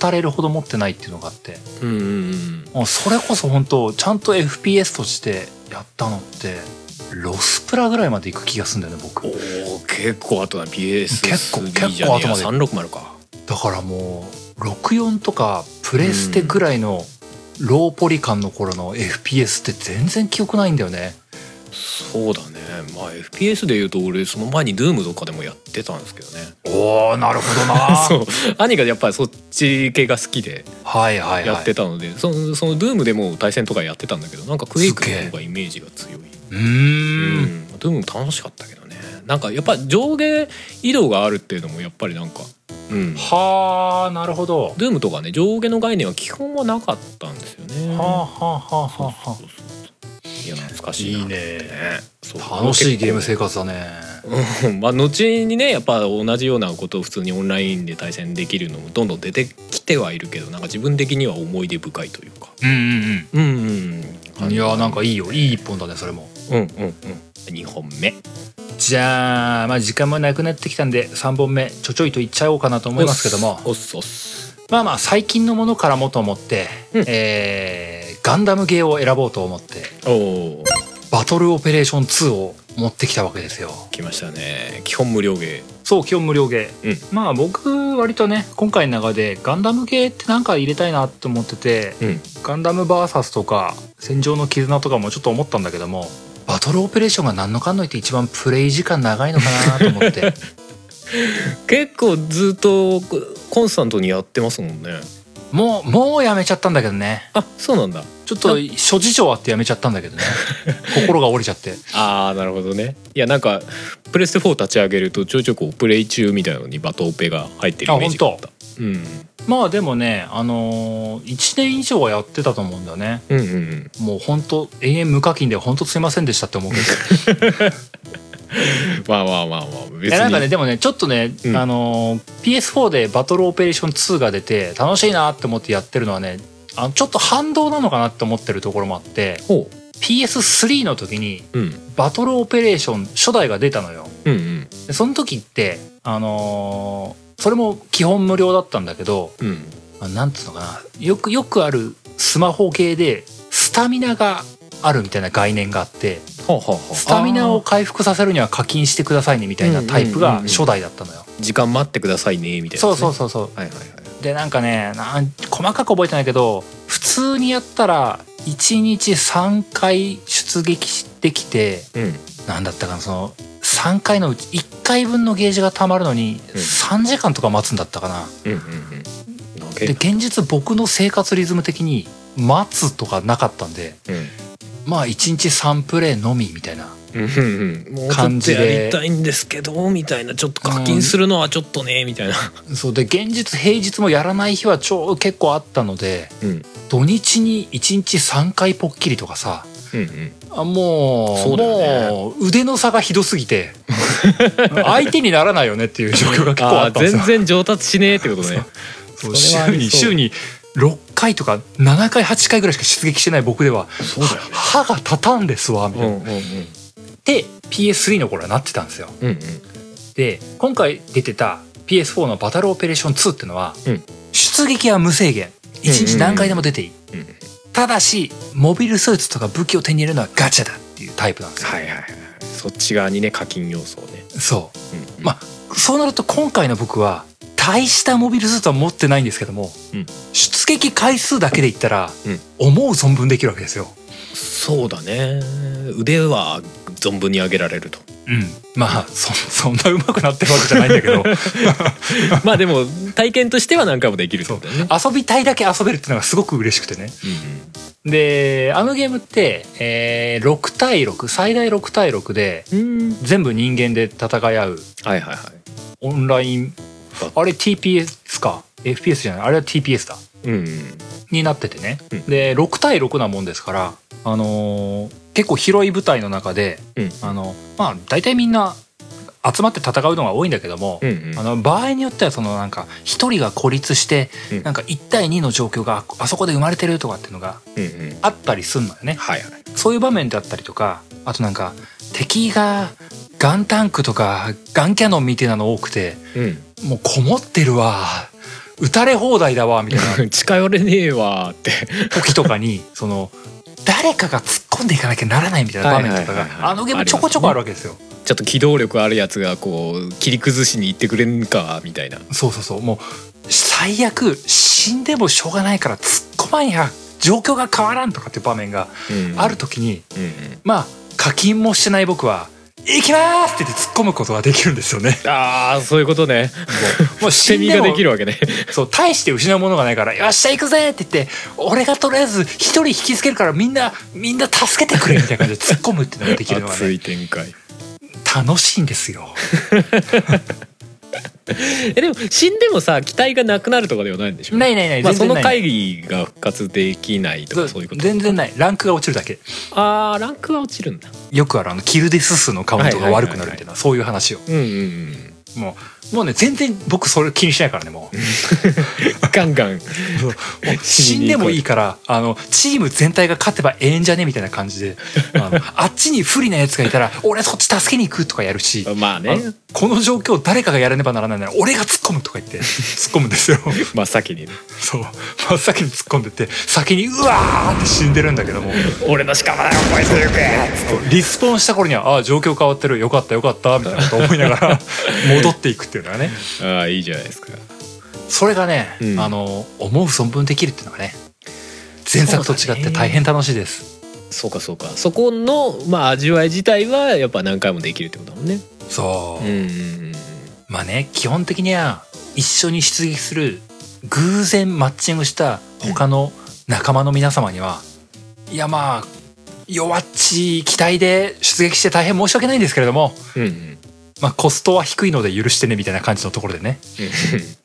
語れるほど持ってないっていうのがあってうんうんうんもうそれこそ本当ちゃんと FPS としてやったのってロスプラぐらいまで行く気がするんだよね僕おー結構後だ PS 結構じゃねえや結構360かだからもう64とかプレステぐらいのローポリ感の頃の FPS って全然記憶ないんだよねそうだねまあ FPS でいうと俺その前に Doom とかでもやってたんですけどね おーなるほどなそう兄がやっぱりそっち系が好きではいはいはいやってたので、そのその Doom でも対戦とかやってたんだけどなんかクエイクの方がイメージが強いうーんドゥーム楽しかったけどねなんかやっぱ上下移動があるっていうのもやっぱりなんかうんはあなるほどドゥームとかね上下の概念は基本はなかったんですよねはあはあはあはあはあそうそうそういや懐かしいいないねそう楽しいゲーム生活だねうんまあ後にねやっぱ同じようなことを普通にオンラインで対戦できるのもどんどん出てきてはいるけどなんか自分的には思い出深いというかうんうんうんうんうんいやーなんかいいよいい一本だねそれもうんうんうん2本目じゃあまあ時間もなくなってきたんで3本目ちょちょいといっちゃおうかなと思いますけどもおっすおっすまあまあ最近のものからもと思って、うんえーガンダムゲーを選ぼうと思っておおーバトルオペレーション2を持ってきたわけですよ来ましたね基本無料ゲーそう基本無料ゲー、うまあ僕割とね今回の中でガンダムゲーってなんか入れたいなって思っててうんガンダム VS とか戦場の絆とかもちょっと思ったんだけどもバトルオペレーションが何のかんの言って一番プレイ時間長いのかなと思って 結構ずっとコンスタントにやってますもんねもうもうやめちゃったんだけどねあそうなんだちょっと諸事情あってやめちゃったんだけど ね心が折れちゃってあーなるほどねいやなんかプレステ4立ち上げるとちょいちょいこうプレイ中みたいなのにバトオペが入ってるイメージがあったうんまあでもねあのー、1年以上はやってたと思うんだよねうんうんうんもう本当永遠無課金で本当すいませんでしたって思うけどまあまあまあまあい別にやなんかねでもねちょっとね、うんあのー PS4 でバトルオペレーション2が出て楽しいなって思ってやってるのはねあのちょっと反動なのかなって思ってるところもあってほ PS3 の時にう、うん、バトルオペレーション初代が出たのようんうんでその時ってあのーそれも基本無料だったんだけどうんまあなんつうのかなよくよくあるスマホ系でスタミナがあるみたいな概念があってはあはあはあスタミナを回復させるには課金してくださいねみたいなタイプうんうんがうんうん初代だったのよ。時間待ってくださいねみたいなそね、うそうそうそうはいはいはいでなんかねなん細かく覚えてないけど普通にやったら1日3回出撃できてうんなんだったかなその3回のうち1回分のゲージがたまるのにうん3時間とか待つんだったかな。うんうんうんなでけ現実僕の生活リズム的に待つとかなかったんでまあ1日3プレイのみみたいなうんうんうんもうちょ感っとじでやりたいんですけどみたいなちょっと課金するのはちょっとねみたいなそうで現実平日もやらない日は超結構あったのでうんうん土日に1日3回ポッキリとかさうんあもうそうだよねもう腕の差がひどすぎて 相手にならないよねっていう状況が結構ああっーたんですよ全然上達しねえってことねそうそれはあ週にりそう週に6回とか7回8回ぐらいしか出撃してない僕ではそうだよね歯が立たんですわみたいな、うんうんうんで PS3 の頃はなってたんですようんで今回出てた PS4 の「バトルオペレーション2」ってのは、うん出撃は無制限うん1日何回でも出ていい、うんうんただしモビルスーツとか武器を手に入れるのはガチャだっていうタイプなんですよ、はいはいはいそっち側にね課金要素をね、そうんまうそうなると今回の僕は大したモビルスーツは持ってないんですけども、うん出撃回数だけで言ったら、うん思う存分できるわけですよそうだね腕は存分に上げられるとうんまあそそんな上手くなってるわけじゃないんだけ ど まあでも体験としては何回もできるってことだよね遊びたいだけ遊べるっていうのがすごく嬉しくてねであのゲームって、えー6対6最大6対6でうんうん、うん、全部人間で戦い合うはいはいはオンラインバあれ TPS か FPS じゃないあれは TPS だいうんうんになっててね、うんで6対6なもんですから、あのー結構広い舞台の中で、うんあのまあ大体みんな集まって戦うのが多いんだけども、うんうんあの場合によってはそのなんか一人が孤立して、うんなんか1対2の状況があそこで生まれてるとかっていうのがうんうんあったりすんのよね。はいはいそういう場面だったりとかあとなんか敵がガンタンクとかガンキャノンみたいなの多くてうもうこもってるわ撃たれ放題だわみたいなん 近寄れねえわーって時とか にその誰かが突っ込んでいかなきゃならないみたいな場面とかはいはいはいがはいあのゲームちょこちょこあるわけですよ。ちょっと機動力あるやつがこう切り崩しに行ってくれんかみたいなそうそうそうもう最悪死んでもしょうがないから突っ込まんや状況が変わらんとかっていう場面がある時に、うんうんまあ課金もしてない僕は「行きます!」って言って突っ込むことができるんですよね。 ああそういうこと ねもう死セんミでがもできるわけねそう大して失うものがないから「よっしゃ行くぜ!」って言って「俺がとりあえず一人引きつけるからみんなみんな助けてくれ」みたいな感じで突っ込むっていうのができるのが熱ねい展開楽しいんですよ。えでも死んでもさ期待がなくなるとかではないんでしょないないないまあ、全そ然のない。会議が復活できないとそかうそういうこと全然ないランクが落ちるだけあーランクは落ちるんだよくあるあのキルデス数のカウントが悪くなるみたいなそういう話をうんうんうんもうもうね全然僕それ気にしないからね もうガンガンもう死んでもいいからあのチーム全体が勝てばええんじゃねみたいな感 じであのあっちに不利なやつがいたら俺そっち助けに行くとかやるしまああねのこの状況誰かがやらねばならないなら俺が突っ込むとか言って突っ込むんですよ 真っ先にねそう真っ先に突っ込んでって先にうわーって死んでるんだけども俺の屍が燃えてるけリスポーンした頃にはああ状況変わってるよかったよかったみたいなこと思いなが ら戻っていくっていうのはねああいいじゃないですかそれがね、うんあの思う存分できるっていうのがね前作と違って大変楽しいですそうかそうかそこの、まあ、味わい自体はやっぱ何回もできるってことだもんねそうう、んうんうんまあね基本的には一緒に出撃する偶然マッチングした他の仲間の皆様には、いやまあ弱っちい機体で出撃して大変申し訳ないんですけれども、うん うんまあ、コストは低いので許してねみたいな感じのところでね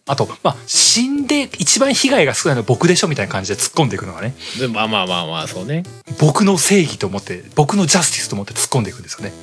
あと、まあ、死んで一番被害が少ないのは僕でしょみたいな感じで突っ込んでいくのがねでまあまあまあまあそうね僕の正義と思って僕のジャスティスと思って突っ込んでいくんですよね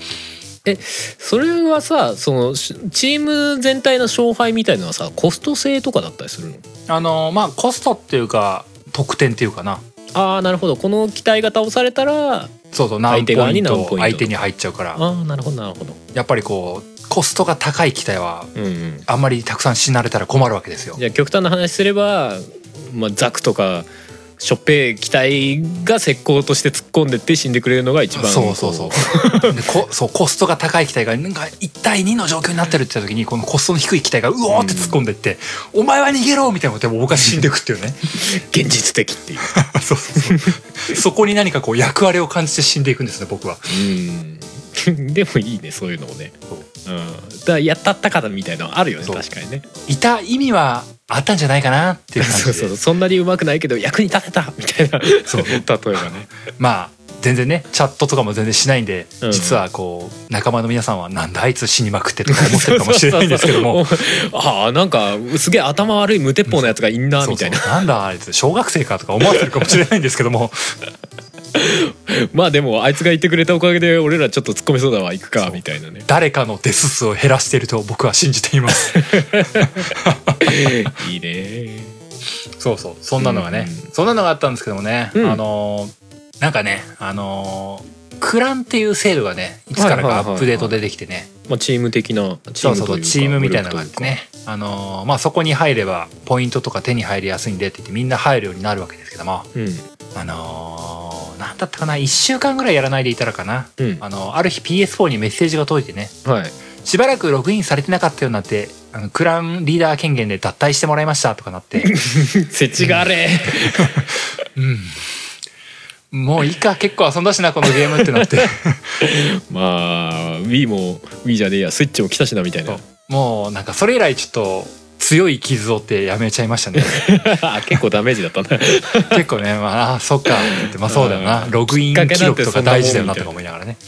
それはさそのしチーム全体の勝敗みたいのはさコスト制とかだったりするのあのまあコストっていうか得点っていうかなああなるほどこの機体が倒されたらあそうそう相何ポイ手ント側に何ポイント相手に入っちゃうからあなるほどなるほどやっぱりこうコストが高い機体はうんうんあんまりたくさん死なれたら困るわけですよじゃあ極端な話すれば、まあ、ザクとかしょっぺい機体が石膏として突っ込んでって死んでくれるのが一番そうそうそうこでこそうコストが高い機体がなんか1対2の状況になってるって言った時にこのコストの低い機体がうおーって突っ込んでって「お前は逃げろ!」みたいなことで僕は死んでくっていうね現実的っていうそうそう そうそこに何かこう役割を感じて死んでいくんですね僕はうん でもいいねそういうのもねそううんだからやったったからみたいなのあるよねそう確かにねいた意味はあったんじゃないかなっていう感じそ でうそうそうそんなにうまくないけど役に立てたみたいなそう例えば ねまあ全然ねチャットとかも全然しないんで、うん実はこう仲間の皆さんは「なんだあいつ死にまくって」とか思ってるかもしれないんですけどもああなんかすげえ頭悪い無鉄砲のやつがいんなそうみそうたいななんだあいつ小学生かとか思われてるかもしれないんですけども まあでもあいつが言ってくれたおかげで俺らちょっと突っ込みそうだわ行くかみたいなね誰かのデス数を減らしていると僕は信じていますいいねそうそうそんなのがね、うそんなのがあったんですけどもね、うんあのーなんかねあのークランっていう制度がねいつからかアップデートでできてね、まあチーム的なチそーうムそうそといううかチームみたいなのがあっグループてというかねあのーまあそこに入ればポイントとか手に入りやすいんでって言ってみんな入るようになるわけですけどもあのーなんだったかな1週間ぐらいやらないでいたらかな、うんうんあのある日 PS4 にメッセージが届いてねはいしばらくログインされてなかったようになってあのクランリーダー権限で脱退してもらいましたとかなってせちが れうんもういいか結構遊んだしなこのゲームってなって まあ Wii も Wii じゃねえやスイッチも来たしなみたいなもうなんかそれ以来ちょっと強い傷を負ってやめちゃいました ね 結構ダメージだったな結構ねまああそっかって言ってまあそうだよな、うんログイン記録とか大事だよなとか思いながらね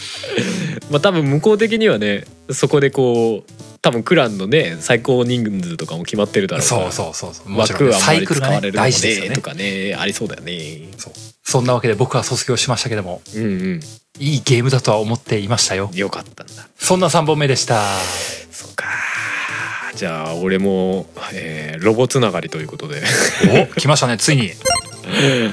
まあ多分向こう的にはねそこでこう多分クランのね最高人数とかも決まってるだろうからそうそうそうそうもちろ枠んねはあサんまイりクル使がわねれるの大も事ですよねねとかねありそうだよねそうそんなわけで僕は卒業しましたけどもうんうんいいゲームだとは思っていましたよよかったんだそんな3本目で したそうかじゃあ俺も、えーロボつながりということで お来ましたねついに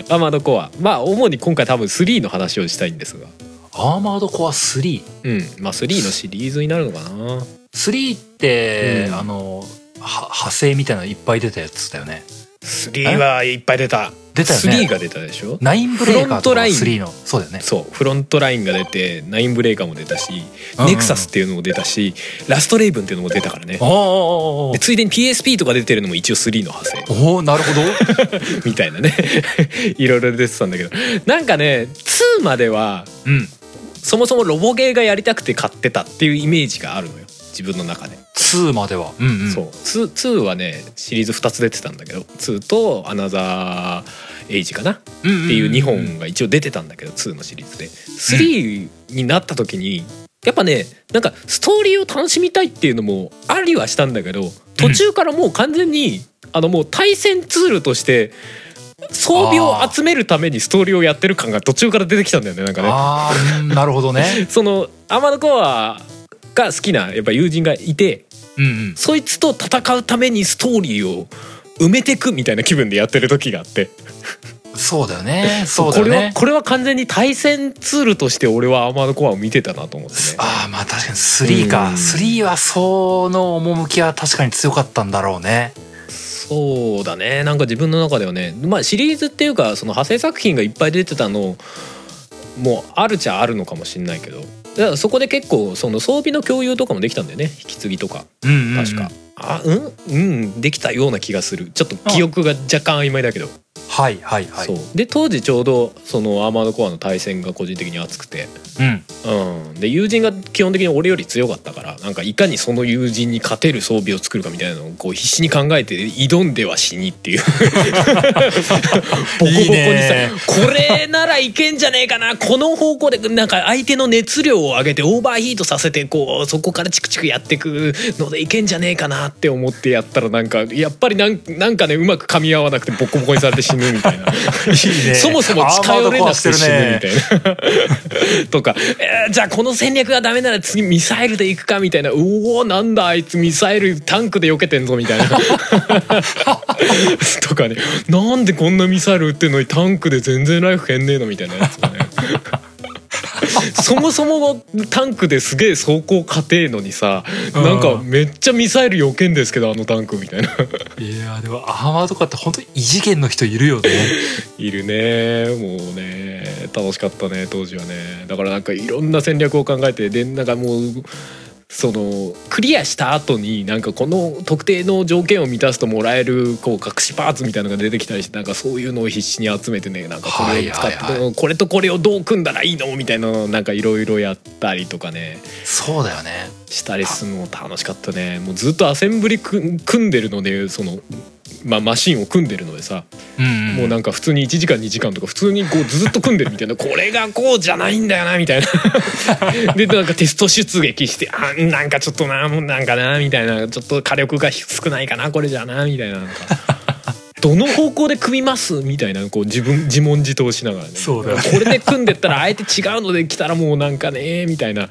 アーマードコアまあ主に今回多分3の話をしたいんですがアーマードコア3うんまあ3のシリーズになるのかな3って、うんあのは派生みたいなのいっぱい出たやつだよね3はいっぱい出た出たよね3が出たでしょナインブレーカーフロントとかライン3のそうだよねそうフロントラインが出てナインブレーカーも出たし、うんうんネクサスっていうのも出たしラストレイブンっていうのも出たからねおーおーおでーついでに PSP とか出てるのも一応3の派生おーおーなるほどみたいなね いろいろ出てたんだけどなんかね2までは うんそもそもロボゲーがやりたくて買ってたっていうイメージがあるのよ自分の中で、 2まではうんうんそう 2, 2はねシリーズ2つ出てたんだけど2と「アナザーエイジ」かなてっていう2ん本が一応出てたんだけど2のシリーズで3になった時にやっぱねなんかストーリーを楽しみたいっていうのもありはしたんだけど途中からもう完全にあのもう対戦ツールとして装備を集めるためにストーリーをやってる感が途中から出てきたんだよねなんかね。ああーうんなるほどねその天のコアが好きなやっぱ友人がいて うんうんそいつと戦うためにストーリーを埋めてくみたいな気分でやってる時があってそうだよね そうだよこれはねこれは完全に対戦ツールとして俺はアーマードコアを見てたなと思ってねああまあ確かに3か、うん3はその趣は確かに強かったんだろうねそうだねなんか自分の中ではねまあシリーズっていうかその派生作品がいっぱい出てたのもうあるっちゃあるのかもしんないけどだからそこで結構その装備の共有とかもできたんだよね引き継ぎとかうんうんうん確か、あうんうんできたような気がするちょっと記憶が若干曖昧だけどはいはいはいそうで当時ちょうどそのアーマードコアの対戦が個人的に熱くて、うんうん、で友人が基本的に俺より強かったからなんかいかにその友人に勝てる装備を作るかみたいなのをこう必死に考えて挑んでは死にって いうボコボコにいいさねこれならいけんじゃねえかなこの方向でなんか相手の熱量を上げてオーバーヒートさせてこうそこからチクチクやってくのでいけんじゃねえかなって思ってやったらなんかやっぱりなんなんかねうまく噛み合わなくてボコボコにされて死ぬみたい な。いいねそもそも近寄れなくて死ぬみいたいな。とか、えーじゃあこの戦略がダメなら次ミサイルで行くかみたいな、 うおーなんだあいつミサイルタンクで避けてんぞみたい な。とかね、なんでこんなミサイル撃ってんのにタンクで全然ライフ減んねえのみたいなやつが ね。そもそもタンクですげえ走行硬いのにさなんかめっちゃミサイル避けんですけどあのタンクみたいないやーでもアーマーとかって本当に異次元の人いるよねいるねもうね楽しかったね当時はねだからなんかいろんな戦略を考えてでなんかもうそのクリアした後になんかこの特定の条件を満たすともらえるこう隠しパーツみたいなのが出てきたりしてなんかそういうのを必死に集めてねなんかこれを使って、はいはいはこれとこれをどう組んだらいいのみたいなのをなんかいろいろやったりとかね そうだよねしたりするの楽しかったねもうずっとアセンブリ組ん組んでるのでその、まあ、マシンを組んでるのでさうんもうなんか普通に1時間2時間とか普通にこうずっと組んでるみたいな これがこうじゃないんだよなみたいな でなんかテスト出撃してあなんかちょっとなもうなんかなみたいなちょっと火力が少ないかなこれじゃなみたいななん かどの方向で組みますみたいなこう自分自問自答しながらねそうだよねこれで組んでったらあえて違うので来たらもうなんかねみたいな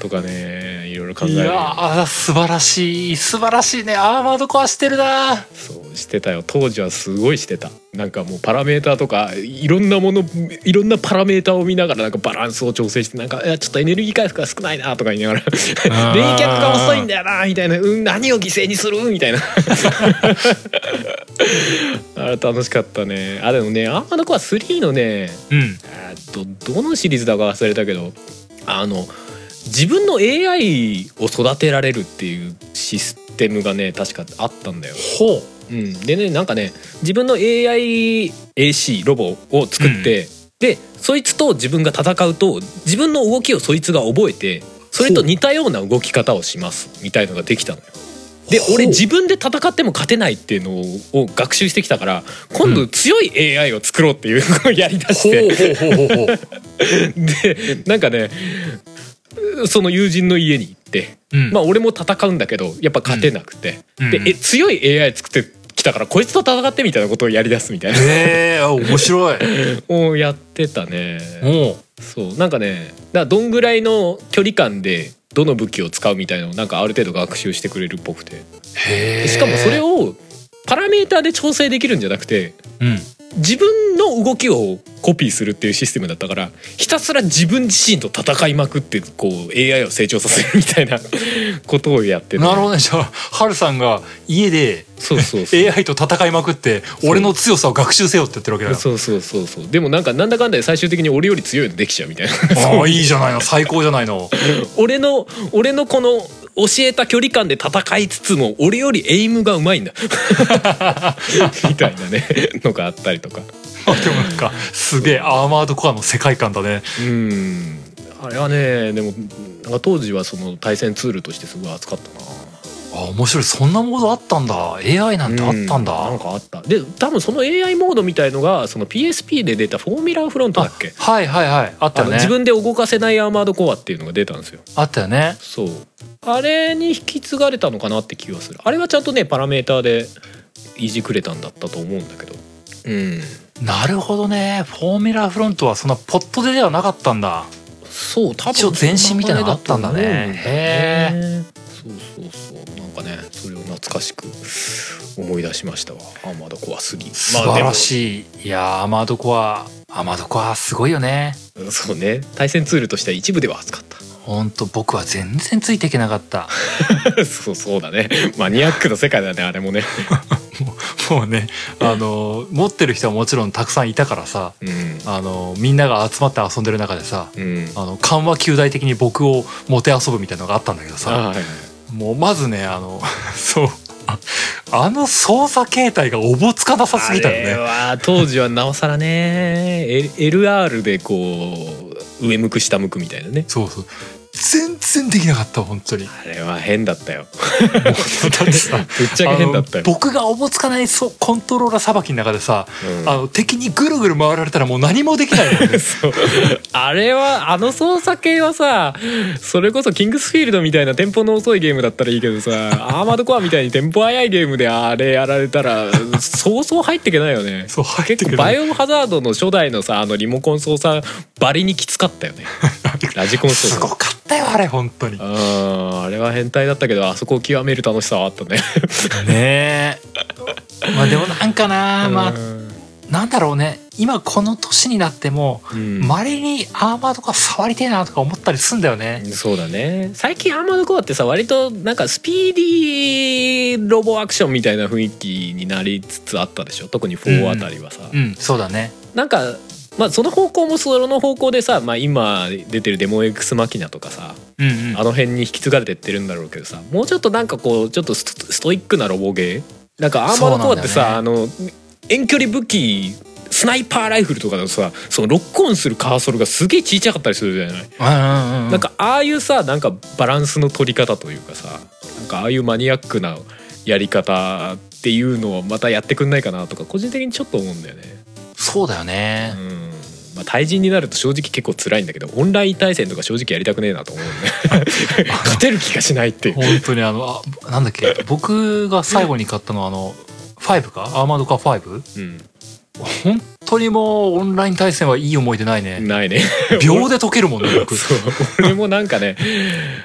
とかねいろいろ考いえるよねやー素晴らしい素晴らしいねアーマードコアしてるなーそうしてたよ当時はすごいしてたなんかもうパラメーターとかいろんなものいろんなパラメーターを見ながらなんかバランスを調整してなんかいやちょっとエネルギー回復が少ないなとか言いながら冷却が遅いんだよなみたいな、うん、何を犠牲にするみたいなあれ楽しかったねあでもねあんまの子は3のねうんえーっとどのシリーズだか忘れたけどあの自分の AI を育てられるっていうシステムがね確かあったんだよほううん、でねなんかね自分の AIAC ロボを作って、でそいつと自分が戦うと自分の動きをそいつが覚えてそれと似たような動き方をしますみたいのができたのよ。でほう俺自分で戦っても勝てないっていうのを学習してきたから今う度強い AI を作ろうっていうのをやりだしほて、うほうほうほうほうでなんかねその友人の家に行って、うんまあ俺も戦うんだけどやっぱ勝てなくて、うんでうんえ強い AI 作ってきたからこいつと戦ってみたいなことをやりだすみた いなえー、あ面白いをやってたねおうそうなんかねだからどんぐらいの距離感でどの武器を使うみたいなのをなんかある程度学習してくれるっぽくてへえしかもそれをパラメーターで調整できるんじゃなくてうん自分の動きをコピーするっていうシステムだったからひたすら自分自身と戦いまくってこう AI を成長させるみたいなことをやってたなるほどねじゃあハルさんが家でそ うそうそう AI と戦いまくってう俺の強さを学習せよって言ってるわけだよ そうそうそうそうでもなんかなんだかんだで最終的に俺より強いのできちゃうみたいな ああいいじゃないの最高じゃないの 俺の俺のこの教えた距離感で戦いつつも俺よりエイムがうまいんだ みたいなねのがあったりとあかでもなんかすげえアーマードコアの世界観だねうんあれはねでもなんか当時はその対戦ツールとしてすごい熱かったなあ面白いそんなモードあったんだ AI なんてあったんだ、うなんかあったで多分その AI モードみたいのがその PSP で出た「フォーミュラーフロント」だっけはいはいはいあったあよのね自分で動かせないアーマードコアっていうのが出たんですよあったよねそうあれに引き継がれたのかなって気がするあれはちゃんとねパラメーターでいじくれたんだったと思うんだけどうんなるほどねフォーミュラーフロントはそんなポットでではなかったんだそう多分一応前身みたいなのがあったんだねへそな感じだと思うんだよねそうそうそうなんかねそれを懐かしく思い出しましたわアーマードコア3素晴らしい、いやーアーマードコアアーマードコアすごいよねうんそうね対戦ツールとしては一部では熱かっほんと僕は全然ついていけなかったた そうそうだねマニアックの世界だねあれもね もうねあの持ってる人はもちろんたくさんいたからさうあのみんなが集まって遊んでる中でさんうんあの緩和球大的に僕をもてあそぶみたいなのがあったんだけどさ あはいもうまずねあのそうあの操作形態がおぼつかなさすぎたよあれねは当時はなおさらね L- LR でこう上向く下向くみたいなねそうそう全然できなかった本 当にあれは変だったよだってさぶっちゃけ変だったあのよ、僕がおぼつかないそうコントローラーさばきの中でさ、うんあの敵にぐるぐる回られたらもう何もできないよ ねそうあれはあの操作系はさそれこそキングスフィールドみたいなテンポの遅いゲームだったらいいけどさアーマードコアみたいにテンポ早いゲームであれやられたらそうそう入ってけないよねそう入ってく結構るバイオハザードの初代のさあのリモコン操作バリにきつかったよねラジコン操す作ごかったよあれ本当にねああれは変態だったけどあそこを極める楽しさはあったねえ まあでもなんかなまあうんなんだろうね今この年になってもうんまれにアーマーとか触りてえなとか思ったりすんだよねそうだね最近アーマードコアってさ割となんかスピーディーロボアクションみたいな雰囲気になりつつあったでしょ特に4あたりはさ、うんそうだねなんか、まあ、その方向もその方向でさ、まあ、今出てる「デモ X マキナ」とかさうんうんあの辺に引き継がれてってるんだろうけどさもうちょっとなんかこうちょっとストストイックなロボゲーなんかアーマードコアってさ、あの遠距離武器スナイパーライフルとかだとさそのロックオンするカーソルがすげえちっちゃかったりするじゃないうんうんうんなんかああいうさなんかバランスの取り方というかさなんかああいうマニアックなやり方っていうのをまたやってくんないかなとか個人的にちょっと思うんだよね。そうだようねんまあ、対人になると正直結構辛いんだけどオンライン対戦とか正直やりたくねえなと思う ね勝てる気がしないっていう本当にあのあなんだっけ僕が最後に買ったのはあの5かアーマードカー 5? う本当にもうオンライン対戦はいい思い出ないねん、ない ね秒で解けるもんね僕そう俺もなんかねえー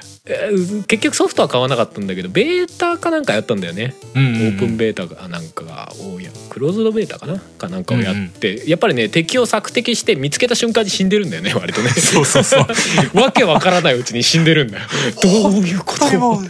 結局ソフトは買わなかったんだけどベータかなんかやったんだよねうんオうんうんープンベータがなんかがおいやクローズドベータかなかなんかをやって、やっぱりね敵を索敵して見つけた瞬間に死んでるんだよね割とねそうそうそう わけわからないうちに死んで るんだよどういうこ本当にとももう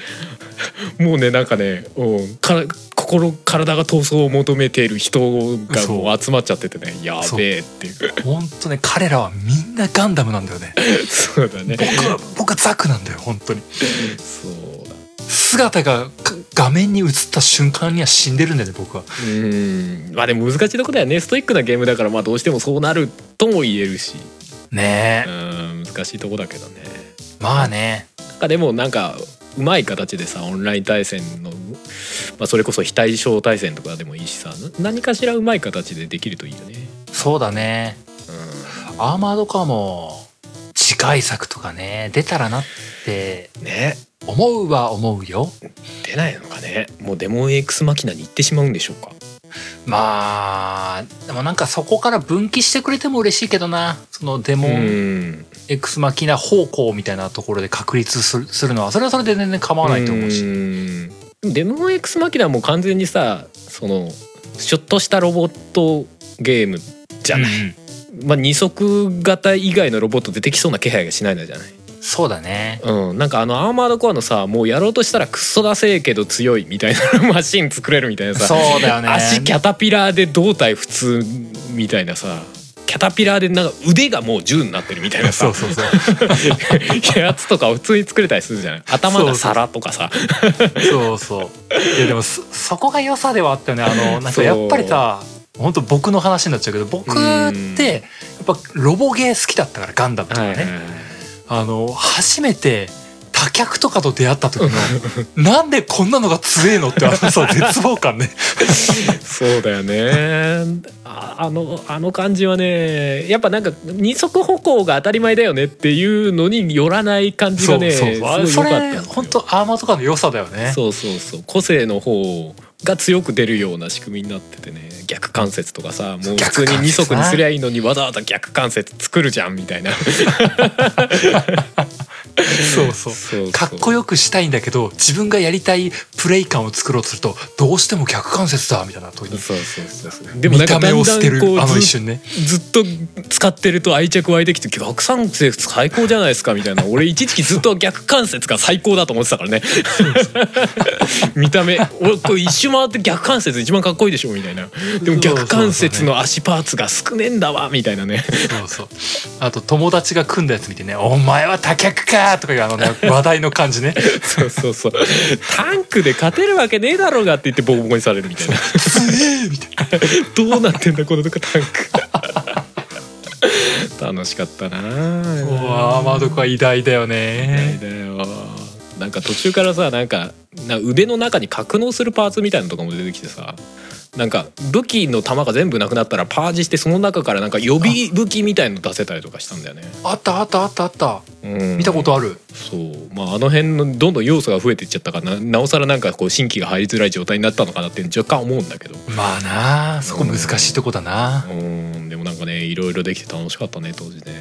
うねなんかね、うん、から心体が闘争を求めている人がもう集まっちゃっててねやべえっていう本当ね彼らはみんなガンダムなんだよねそうだね僕は僕はザクなんだよ本当にそうだ姿がか画面に映った瞬間には死んでるんだよね僕はうんまあでも難しいとこだよねストイックなゲームだからまあどうしてもそうなるとも言えるしねうえん難しいとこだけどねまあねなんかでもなんかうまい形でさオンライン対戦の、まあ、それこそ非対称対戦とかでもいいしさな何かしらうまい形でできるといいよねそうだねアーマードカーも次回作とかね出たらなってうんね思うは思うよ出ないのかねもうデモン X マキナに行ってしまうんでしょうかまあでもなんかそこから分岐してくれても嬉しいけどなそのデモうンん X マキナ方向みたいなところで確立するするのはそれはそれで全然構わないと思うしんデモン X マキナも完全にさそのちょっとしたロボットゲームじゃない、うんまあ、二足型以外のロボット出てきそうな気配がしないのじゃないそうだねうん、なんかあのアーマードコアのさもうやろうとしたらクソだせえけど強いみたいなマシン作れるみたいなさ、そうだよね足キャタピラーで胴体普通みたいなさキャタピラーでなんか腕がもう銃になってるみたい なそさうそうそう やつとかを普通に作れたりするじゃない頭が皿とかさそうそういやでもそそこが良さではあったよねあのなんかやっぱりさ本当僕の話になっちゃうけど僕ってやっぱロボゲー好きだったからガンダムとかね、あの初めて多脚とかと出会った時 のなんでこんなのが強えのってあのさ絶望感ねそうだよねああのあの感じはねやっぱなんか二足歩行が当たり前だよねっていうのによらない感じがねそうそうあれすごそい良かったんれですよ本当アーマーとかの良さだよねそうそうそう個性の方が強く出るような仕組みになっててね逆関節とかさもう普通逆関節にな二足にすりゃいいのにわざわざ逆関節作るじゃんみたいなそうそうそう そうかっこよくしたいんだけど自分がやりたいプレイ感を作ろうとするとどうしても逆関節だみたいな時にそうそうそうそうでもな見んかた目だんを捨だてんるこあのう一ず瞬ねずっと使ってると愛着湧いてきて逆関節最高じゃないですかみたいな 俺一時期ずっと逆関節が最高だと思ってた からね見た目俺これ一周回って逆関節一番かっこいいでしょみたいなでも逆関節の足パーツが少ねえんだわみたいなねそうそうあと友達が組んだやつ見てね「お前は多脚か!」ャーとかいうあのね、話題の感じ ね。そうそうそうタンクで勝てるわけねえだろうがって言ってボコボコにされるみたいなどうなってんだこのとこタンク楽しかったなうわアーマードコア偉大だよないね。だよなんか途中からさなんかな腕の中に格納するパーツみたいなのとかも出てきてさなんか武器の弾が全部なくなったらパージしてその中からなんか予備武器みたいの出せたりとかしたんだよね、あったあったあったあった。うん、見たことある。そうまああの辺のどんどん要素が増えていっちゃったからななおさらなんかこう新規が入りづらい状態になったのかなって若干思うんだけどまあなあ、そこ難しいとこだな。うんでもなんかねいろいろできて楽しかったね当時ね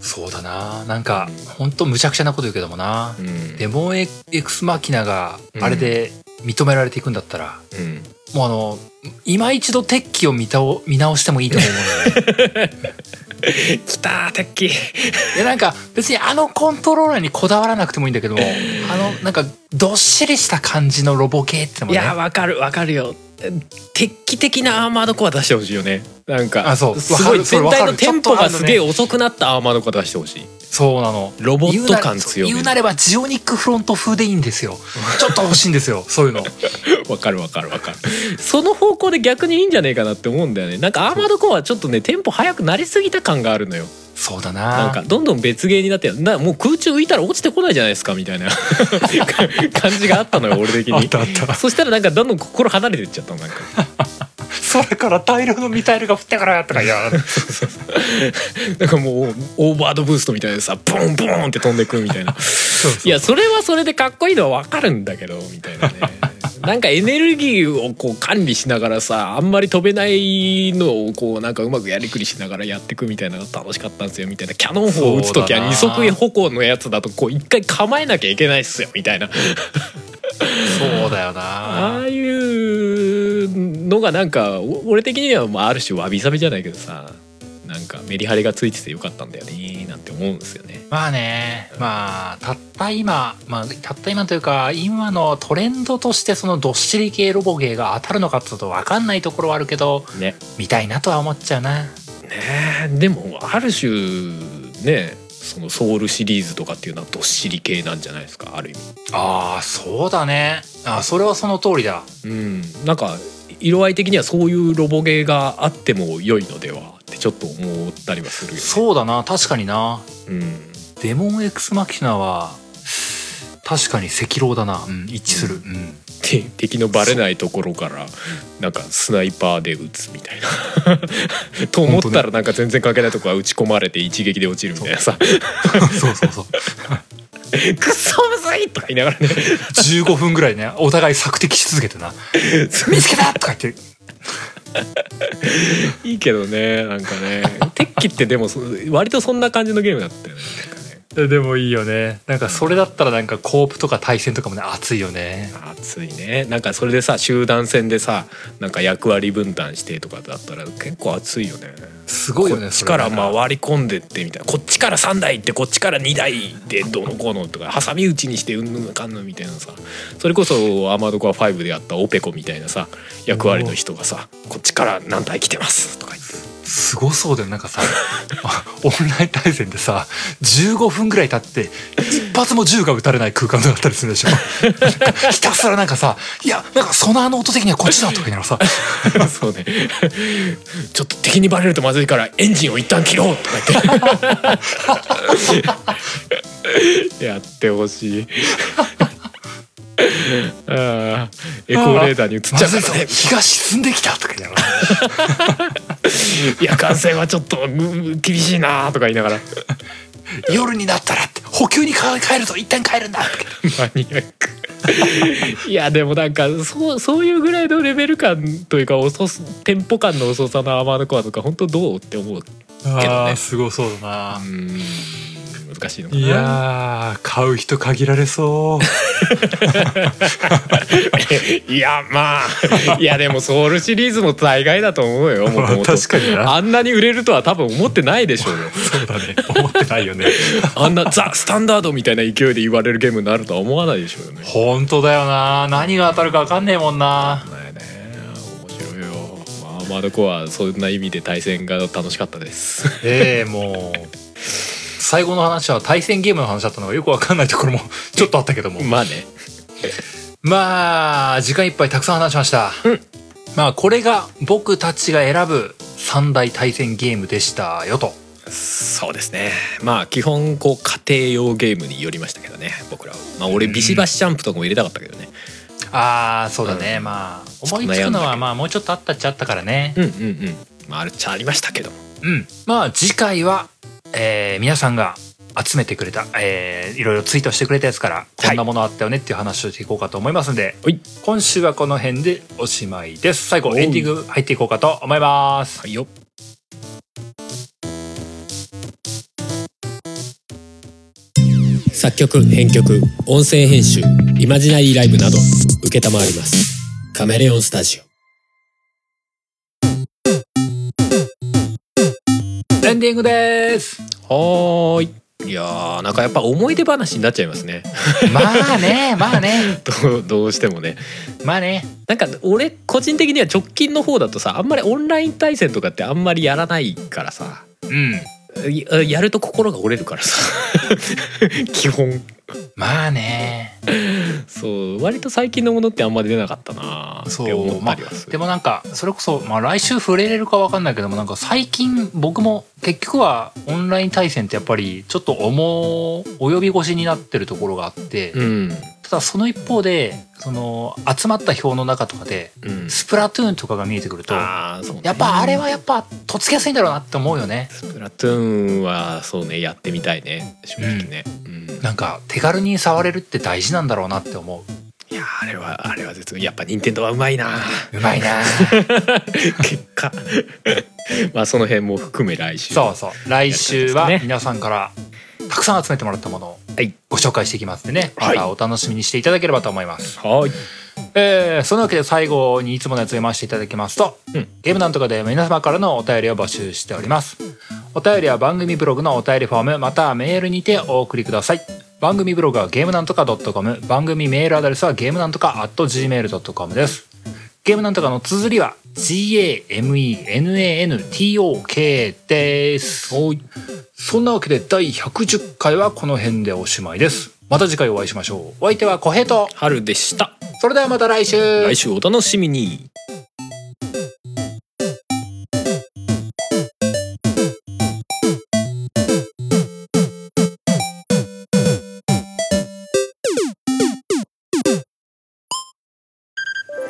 そうだななんか、ほんと無茶苦茶なこと言うけどもなう。んデモンエエクスマキナがあれで認められていくんだったら、うんもうあの、今一度鉄器を見たお見直してもいいと思う のよね。来たー鉄器いやなんか別にあのコントローラーにこだわらなくてもいいんだけども、あのなんかどっしりした感じのロボ系ってのもいね。やわかるわかるよ鉄器的なアーマードコア出してほしいよねなんかあそうすごわかいるそれ全わ体かのるテンポがすげえちょ遅くなったアーマードコア出してほしい そうなの。ロボット感強め言うなれ言うなればジオニックフロント風でいいんです よ。ちょっと欲しいんですよ。そういうの。わかるわかるわかるその方向で逆にいいんじゃねえかなって思うんだよねなんかアーマードコアはちょっとねテンポ速くなりすぎた感があるのよそうだなんな。かどんどん別芸になってなもう空中浮いたら落ちてこないじゃないですかみ たいな感じがあったのよ俺的あっにたあった。そしたらなんかどんどん心離れていっちゃったのなんか空から大量のミサイルが降ってからとか言わ なんかもうオーバードブーストみたいでさボンボンって飛んでくみたいなそういやそれはそれでかっこいいのはわかるんだけどみたいなねなんかエネルギーをこう管理しながらさあんまり飛べないのをこうなんかうまくやりくりしながらやってくみたいなのが楽しかったんですよみたいなキャノン砲を撃つ時は二そうだ足な歩行のやつだとこう一回構えなきゃいけないっすよみたいなそうだよあな。あいうのがなんかお俺的にはまあある種わびさびじゃないけどさなんかメリハリがついててよかったんだよねなんて思うんですよね。まあね、まあ、たった今、まあ、たった今というか、今のトレンドとしてそのどっしり系ロボゲーが当たるのかってことわかんないところはあるけど、ね見たいなとは思っちゃうな。ねえでもある種ねそのソウルシリーズとかっていうのはどっしり系なんじゃないですかある意味。ああ、そうだね。あーそれはその通りだ。うん、なんか色合い的にはそういうロボゲーがあっても良いのではってちょっと思ったりはするよそうだな、確かにな。ね。デモンエクスマキナは、確かに赤狼だな。うん、一致する。うんうん、て敵のバレないところからなんかスナイパーで撃つみたいな。 と思ったらなんか全然関係ないとこは打ち込まれて一撃で落ちるみたいな さ「 そうそうそう。くそむずい!」とか言いながらね15分ぐらいね、お互い索敵し続けてな。見つけたとか言って。 いいけどねなんかね鉄器ってでもそ割とそんな感じのゲームだったよねでもいいよねなんかそれだったらなんかコープとか対戦とかもね熱いよねなんかね熱いねなんかそれでさ集団戦でさなんか役割分担してとかだったら結構熱いよねすごいよこねっちからそれは回り込んでってみたいなこっちから3台行ってこっちから2台行ってどうのこうのとか挟み撃ちにしてうんぬんかんぬんみたいなさそれこそアーマードコア5でやったオペコみたいなさ役割の人がさこっちから何台来てますとか言 ってすごそうだよなんかさ あオンライン対戦でさ15分ぐらい経って一発も銃が撃たれない空間だったりするでしょなんかひたすらなんかさ「いやなんかソナーの音的にはこっちだ」とか言いながらさそうね。ちょっと敵にバレるとまずいからエンジンを一旦切ろうとか 言って。やってほしい。ああ、エコーレーダーに映っ「ちまゃうずいかぞらね。日が沈んできた」とか言いながらいや、感染はちょっとうん厳しいなとか言いながら。 「夜になったら」って「補給に帰ると一旦帰るんだ」とかマニアック。いや、でもなんか、そう、そういうぐらいのレベル感というか、遅す、テンポ感の遅さのアーマードコアとか、本当どうって思う。言ってあーすごそうだなうん、難しいのかな。いやー買う人限られそういやまあいやでもソウルシリーズも大概だと思うよもともとまあ確かになあんなに売れるとは多分思ってないでしょうよそうだね思ってないよ ねあんなザ・スタンダードみたいな勢いで言われるゲームになるとは思わないでしょうよね本当だよな何が当たるか分かんねえもんなないね面白いよまあアーマードコアそんな意味で対戦が楽しかったですええもう最後の話は対戦ゲームの話だったのがよくわかんないところも ちょっとあったけども まあねまあ時間いっぱいたくさん話しました、うんまあこれが僕たちが選ぶ三大対戦ゲームでしたよとそうですねまあ基本こう家庭用ゲームによりましたけどね僕らはまあ俺ビシバシジャンプとかも入れたかったけどねああそうだね、うんまあ思いつくのはまあもうちょっとあったっちゃあったからねうんうんうんまああるっちゃありましたけどうん、まあ次回は、えー皆さんが集めてくれた、えーいろいろツイートしてくれたやつからこんなものあったよねっていう話をしていこうかと思いますんで、はい今週はこの辺でおしまいです最後エンディング入っていこうかと思いますはいよ作曲編曲音声編集イマジナリーライブなど承りますカメレオンスタジオエンディングですはーいいやーなんかやっぱ思い出話になっちゃいますね まあねまあねどうどうしてもねまあねなんか俺個人的には直近の方だとさあんまりオンライン対戦とかってあんまりやらないからさうんややると心が折れ るからさ基本まあねそう割と最近のものってあんまり出なかったなーって思ったりはするでもなんかそれこそ、まあ、来週触れれるかわかんないけどもなんか最近僕も結局はオンライン対戦ってやっぱりちょっと重及び腰になってるところがあって、うんただその一方でその集まった表の中とかでうんスプラトゥーンとかが見えてくるとやあーそうねっぱあれはやっぱとっつきやすいんだろうなって思うよねスプラトゥーンはそうねやってみたいね正直ね、うんなんか手軽に触れるって大事なんだろうなって思いやあれはあれは絶妙やっぱ任天堂はうまいなう うまいな結果まあその辺も含め来 週そうそう来週はね皆さんからたくさん集めてもらったものをはいご紹介していきますんでねまはいたお楽しみにしていただければと思いますはいえーそのわけで最後にいつものやつを読ませていただきますと、うんゲームなんとかで皆様からのお便りを募集しておりますお便りは番組ブログのお便りフォームまたはメールにてお送りください番組ブログはゲームなんとか .com 番組メールアドレスはゲームなんとか .gmail.com ですゲームなんとかの綴りは GAMENANTOK ですそんなわけで第110回はこの辺でおしまいですまた次回お会いしましょうお相手は小平と春でしたそれではまた来週来週お楽しみに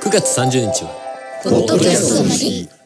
9月30日はポッドキャストの日